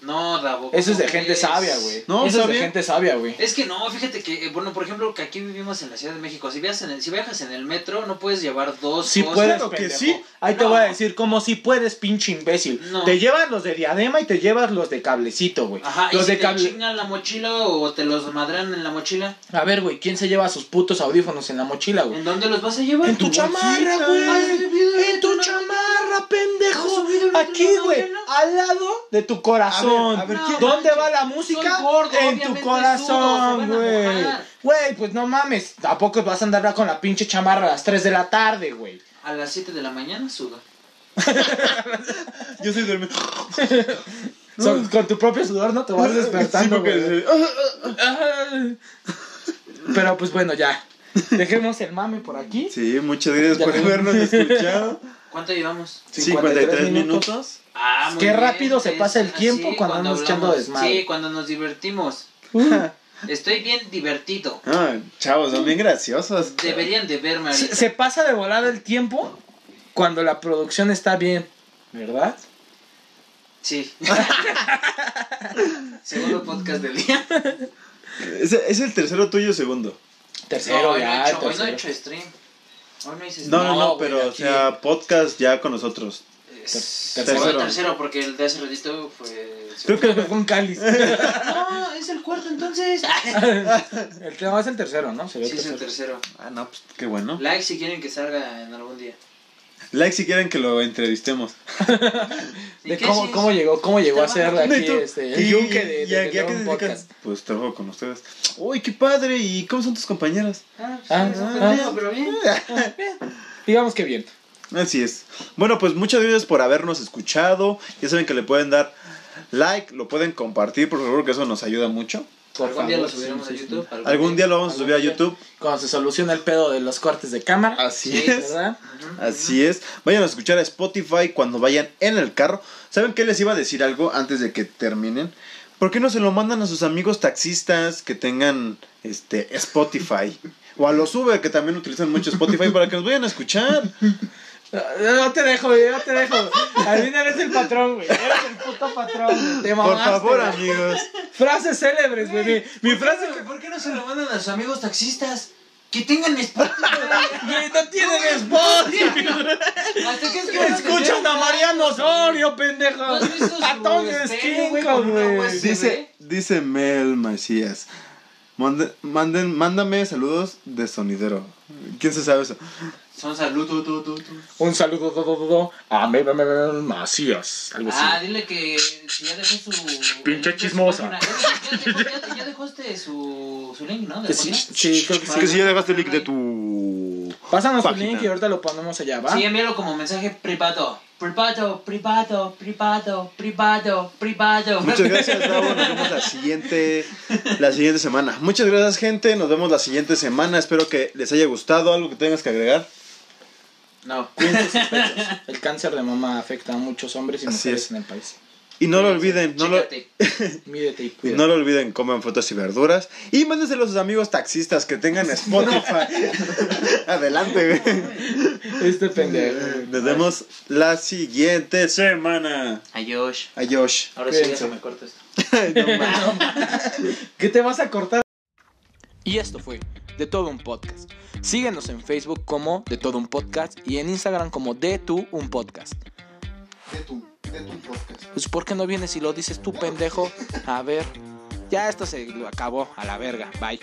Speaker 4: No, Davo.
Speaker 2: Eso es de
Speaker 4: ¿cómo
Speaker 2: gente
Speaker 4: crees?
Speaker 2: sabia, güey.
Speaker 3: No,
Speaker 2: Eso es de
Speaker 3: sabia.
Speaker 2: gente sabia, güey.
Speaker 4: Es que no, fíjate que, eh, bueno, por ejemplo, que aquí vivimos en la Ciudad de México. Si viajas en el, si viajas en el metro, no puedes llevar dos
Speaker 2: Si
Speaker 4: cosas.
Speaker 2: puedes,
Speaker 3: claro que
Speaker 2: pendejo.
Speaker 3: sí.
Speaker 2: Ahí te
Speaker 4: No.
Speaker 2: voy a decir, como si puedes, pinche imbécil.
Speaker 4: No.
Speaker 2: Te llevas los de diadema y te llevas los de cablecito, güey.
Speaker 4: Ajá,
Speaker 2: los
Speaker 4: y si
Speaker 2: de
Speaker 4: te
Speaker 2: cable-
Speaker 4: chingan la mochila o te los madran en la mochila,
Speaker 2: A ver, güey, ¿quién se lleva sus putos audífonos en la mochila, güey?
Speaker 4: ¿en dónde los vas a llevar?
Speaker 2: En tu chamarra,
Speaker 3: bolsita.
Speaker 2: güey. En tu
Speaker 4: no,
Speaker 2: chamarra,
Speaker 4: ¿No has
Speaker 2: pendejo.
Speaker 4: subido una
Speaker 2: Aquí,
Speaker 4: tribuna,
Speaker 2: güey.
Speaker 4: Mariana?
Speaker 2: Al lado de tu corazón.
Speaker 3: A ver, a ver,
Speaker 4: ¿quién-
Speaker 2: ¿Dónde
Speaker 4: manches,
Speaker 2: va la
Speaker 4: soy
Speaker 2: música? en
Speaker 4: gordo,
Speaker 2: tu
Speaker 4: obviamente sudo,
Speaker 2: corazón,
Speaker 4: se van a
Speaker 2: güey.
Speaker 4: mojar.
Speaker 2: Güey, pues no mames. Tampoco vas a andar con la pinche chamarra a las 3 de la tarde, güey.
Speaker 4: A las 7 de la mañana suda.
Speaker 3: Yo soy dormido.
Speaker 2: So- con tu propio sudor no te vas despertando,
Speaker 3: Sí, porque
Speaker 2: güey.
Speaker 3: se- ah, ah, ah.
Speaker 2: Ay. Pero pues bueno, ya. Dejemos el mame por aquí.
Speaker 3: Sí, muchas gracias
Speaker 2: Ya
Speaker 3: por
Speaker 2: no.
Speaker 3: habernos escuchado.
Speaker 4: ¿Cuánto llevamos?
Speaker 3: 53 minutos.
Speaker 4: Ah, muy
Speaker 2: Qué
Speaker 4: bien,
Speaker 2: rápido se
Speaker 4: es
Speaker 2: pasa el
Speaker 4: así
Speaker 2: tiempo cuando andamos echando
Speaker 4: hablamos.
Speaker 2: desmadre.
Speaker 4: Sí, cuando nos divertimos.
Speaker 3: Uh.
Speaker 4: Estoy bien divertido.
Speaker 3: Ah, chavos, son bien graciosos.
Speaker 4: Deberían de verme
Speaker 2: Se,
Speaker 4: ahorita.
Speaker 2: se pasa de volada el tiempo cuando la producción está bien, ¿verdad?
Speaker 4: Sí. Segundo podcast del día.
Speaker 3: Es, es el tercero tuyo segundo.
Speaker 2: Tercero,
Speaker 4: hoy
Speaker 2: ya,
Speaker 4: no he hecho, hoy no he
Speaker 2: tercero.
Speaker 4: hecho stream. Hoy no hice
Speaker 3: No,
Speaker 4: stream.
Speaker 3: no, no,
Speaker 2: No, güey,
Speaker 3: pero o
Speaker 2: aquí-
Speaker 3: sea, podcast ya con nosotros.
Speaker 4: Es-
Speaker 2: Tercero.
Speaker 4: fue el tercero, porque el de hace ratito fue.
Speaker 2: Creo que fue un cáliz.
Speaker 4: No, es el cuarto entonces.
Speaker 2: el tema es el tercero, ¿no? Sería
Speaker 4: sí, es el tercero.
Speaker 3: Ah, no, pues qué bueno.
Speaker 4: Like si quieren que salga en algún día.
Speaker 3: Like si quieren que lo entrevistemos.
Speaker 4: ¿Y
Speaker 2: De
Speaker 4: qué
Speaker 2: cómo,
Speaker 4: haces?
Speaker 2: cómo llegó, cómo llegó a ser
Speaker 4: Trabaja.
Speaker 2: aquí
Speaker 3: ¿Y tú?
Speaker 2: este, el
Speaker 3: ¿Y-
Speaker 2: yunque de, de,
Speaker 3: y a-
Speaker 2: de
Speaker 3: y a qué
Speaker 2: todo un
Speaker 3: se dedican?
Speaker 2: podcast.
Speaker 3: Pues trabajo con ustedes. Uy, qué padre. ¿Y cómo son tus compañeras?
Speaker 4: Ah, sí,
Speaker 2: Ah,
Speaker 4: es
Speaker 2: ah,
Speaker 4: un pendejo, pero bien.
Speaker 2: Digamos que bien.
Speaker 3: Así es. Bueno, pues muchas gracias por habernos escuchado. Ya saben que le pueden dar like, lo pueden compartir, por favor, que eso nos ayuda mucho.
Speaker 2: Por
Speaker 4: Algún día
Speaker 2: favor,
Speaker 4: lo subiremos
Speaker 2: sí,
Speaker 4: a
Speaker 2: sí,
Speaker 4: YouTube.
Speaker 2: sí.
Speaker 3: Algún día lo vamos a
Speaker 2: Algún
Speaker 3: subir a
Speaker 2: día.
Speaker 3: YouTube.
Speaker 2: Cuando se soluciona el pedo de los cortes de cámara.
Speaker 3: Así
Speaker 4: Sí,
Speaker 3: es.
Speaker 2: ¿Verdad?
Speaker 3: Así es. Vayan a escuchar a Spotify cuando vayan en el carro. ¿Saben qué les iba a decir algo antes de que terminen? ¿Por qué no se lo mandan a sus amigos taxistas que tengan este Spotify? O a los Uber que también utilizan mucho Spotify para que nos vayan a escuchar.
Speaker 2: No, no te dejo, güey, no te dejo. Al final eres el patrón, güey. Eres el puto patrón, güey. Te
Speaker 3: Por
Speaker 2: mamaste,
Speaker 3: favor,
Speaker 2: güey.
Speaker 3: amigos.
Speaker 2: Frases célebres, güey. Mi, mi frase.
Speaker 6: ¿Por qué, por qué no se lo mandan a sus amigos taxistas? Que tengan Spotify.
Speaker 2: Güey, no tienen Spotify.
Speaker 6: Hasta que es que van a
Speaker 2: Escuchan
Speaker 6: tener
Speaker 2: a
Speaker 6: un
Speaker 2: Mariano
Speaker 6: iPhone.
Speaker 2: Osorio, pendejo.
Speaker 6: ¿No has visto Pues, su
Speaker 2: A Toño
Speaker 6: estéreo, güey,
Speaker 2: Esquinco,
Speaker 6: con una
Speaker 2: güey.
Speaker 6: USB?
Speaker 3: Dice, dice Mel Macías. Mande- manden, mándame saludos de sonidero. ¿Quién se sabe eso?
Speaker 6: Son saludos, tú, tú, tú.
Speaker 2: Un saludo do, do, do, do, a Mabel Mabel Macías. Algo así.
Speaker 4: Ah, dile que si ya dejó su.
Speaker 2: Pinche chismosa.
Speaker 4: Ya dejó- Ya, dejó- ya dejaste su, su link, ¿no? De
Speaker 2: Sí,
Speaker 4: página.
Speaker 2: sí, creo que sí.
Speaker 4: Que si ya
Speaker 3: dejaste
Speaker 4: el link de
Speaker 3: tu.
Speaker 2: Pásanos tu
Speaker 3: Página.
Speaker 2: link y ahorita lo ponemos allá, ¿va?
Speaker 4: Sí, envíalo como mensaje privado. Privado, privado, privado, privado, privado.
Speaker 3: Muchas gracias, Davo. Nos vemos la siguiente, la siguiente semana. Muchas gracias, gente. Nos vemos la siguiente semana. Espero que les haya gustado. ¿Algo que tengas que agregar?
Speaker 2: No, cuídense sus pesos. El cáncer de mama afecta a muchos hombres y
Speaker 3: Así
Speaker 2: mujeres
Speaker 3: es.
Speaker 2: en el país.
Speaker 3: Y no lo olviden, no lo,
Speaker 4: Chécate.
Speaker 2: Mídete y cuídate.
Speaker 3: no lo olviden, coman frutas y verduras. Y mándenselo a sus amigos taxistas que tengan Spotify. Adelante, güey.
Speaker 2: Este pendejo.
Speaker 3: Nos vemos la siguiente semana.
Speaker 4: Adiós.
Speaker 3: Adiós.
Speaker 4: Ahora sí, ya
Speaker 2: Cuídense.
Speaker 4: se me corta esto.
Speaker 2: ¿Qué te vas a cortar? Y esto fue De Todo Un Podcast. Síguenos en Facebook como De Todo Un Podcast y en Instagram como De Tu Un Podcast.
Speaker 7: de tu, de tu podcast.
Speaker 2: Pues ¿por qué no vienes y lo dices tú, pendejo? A ver. Ya esto se acabó, a la verga. Bye.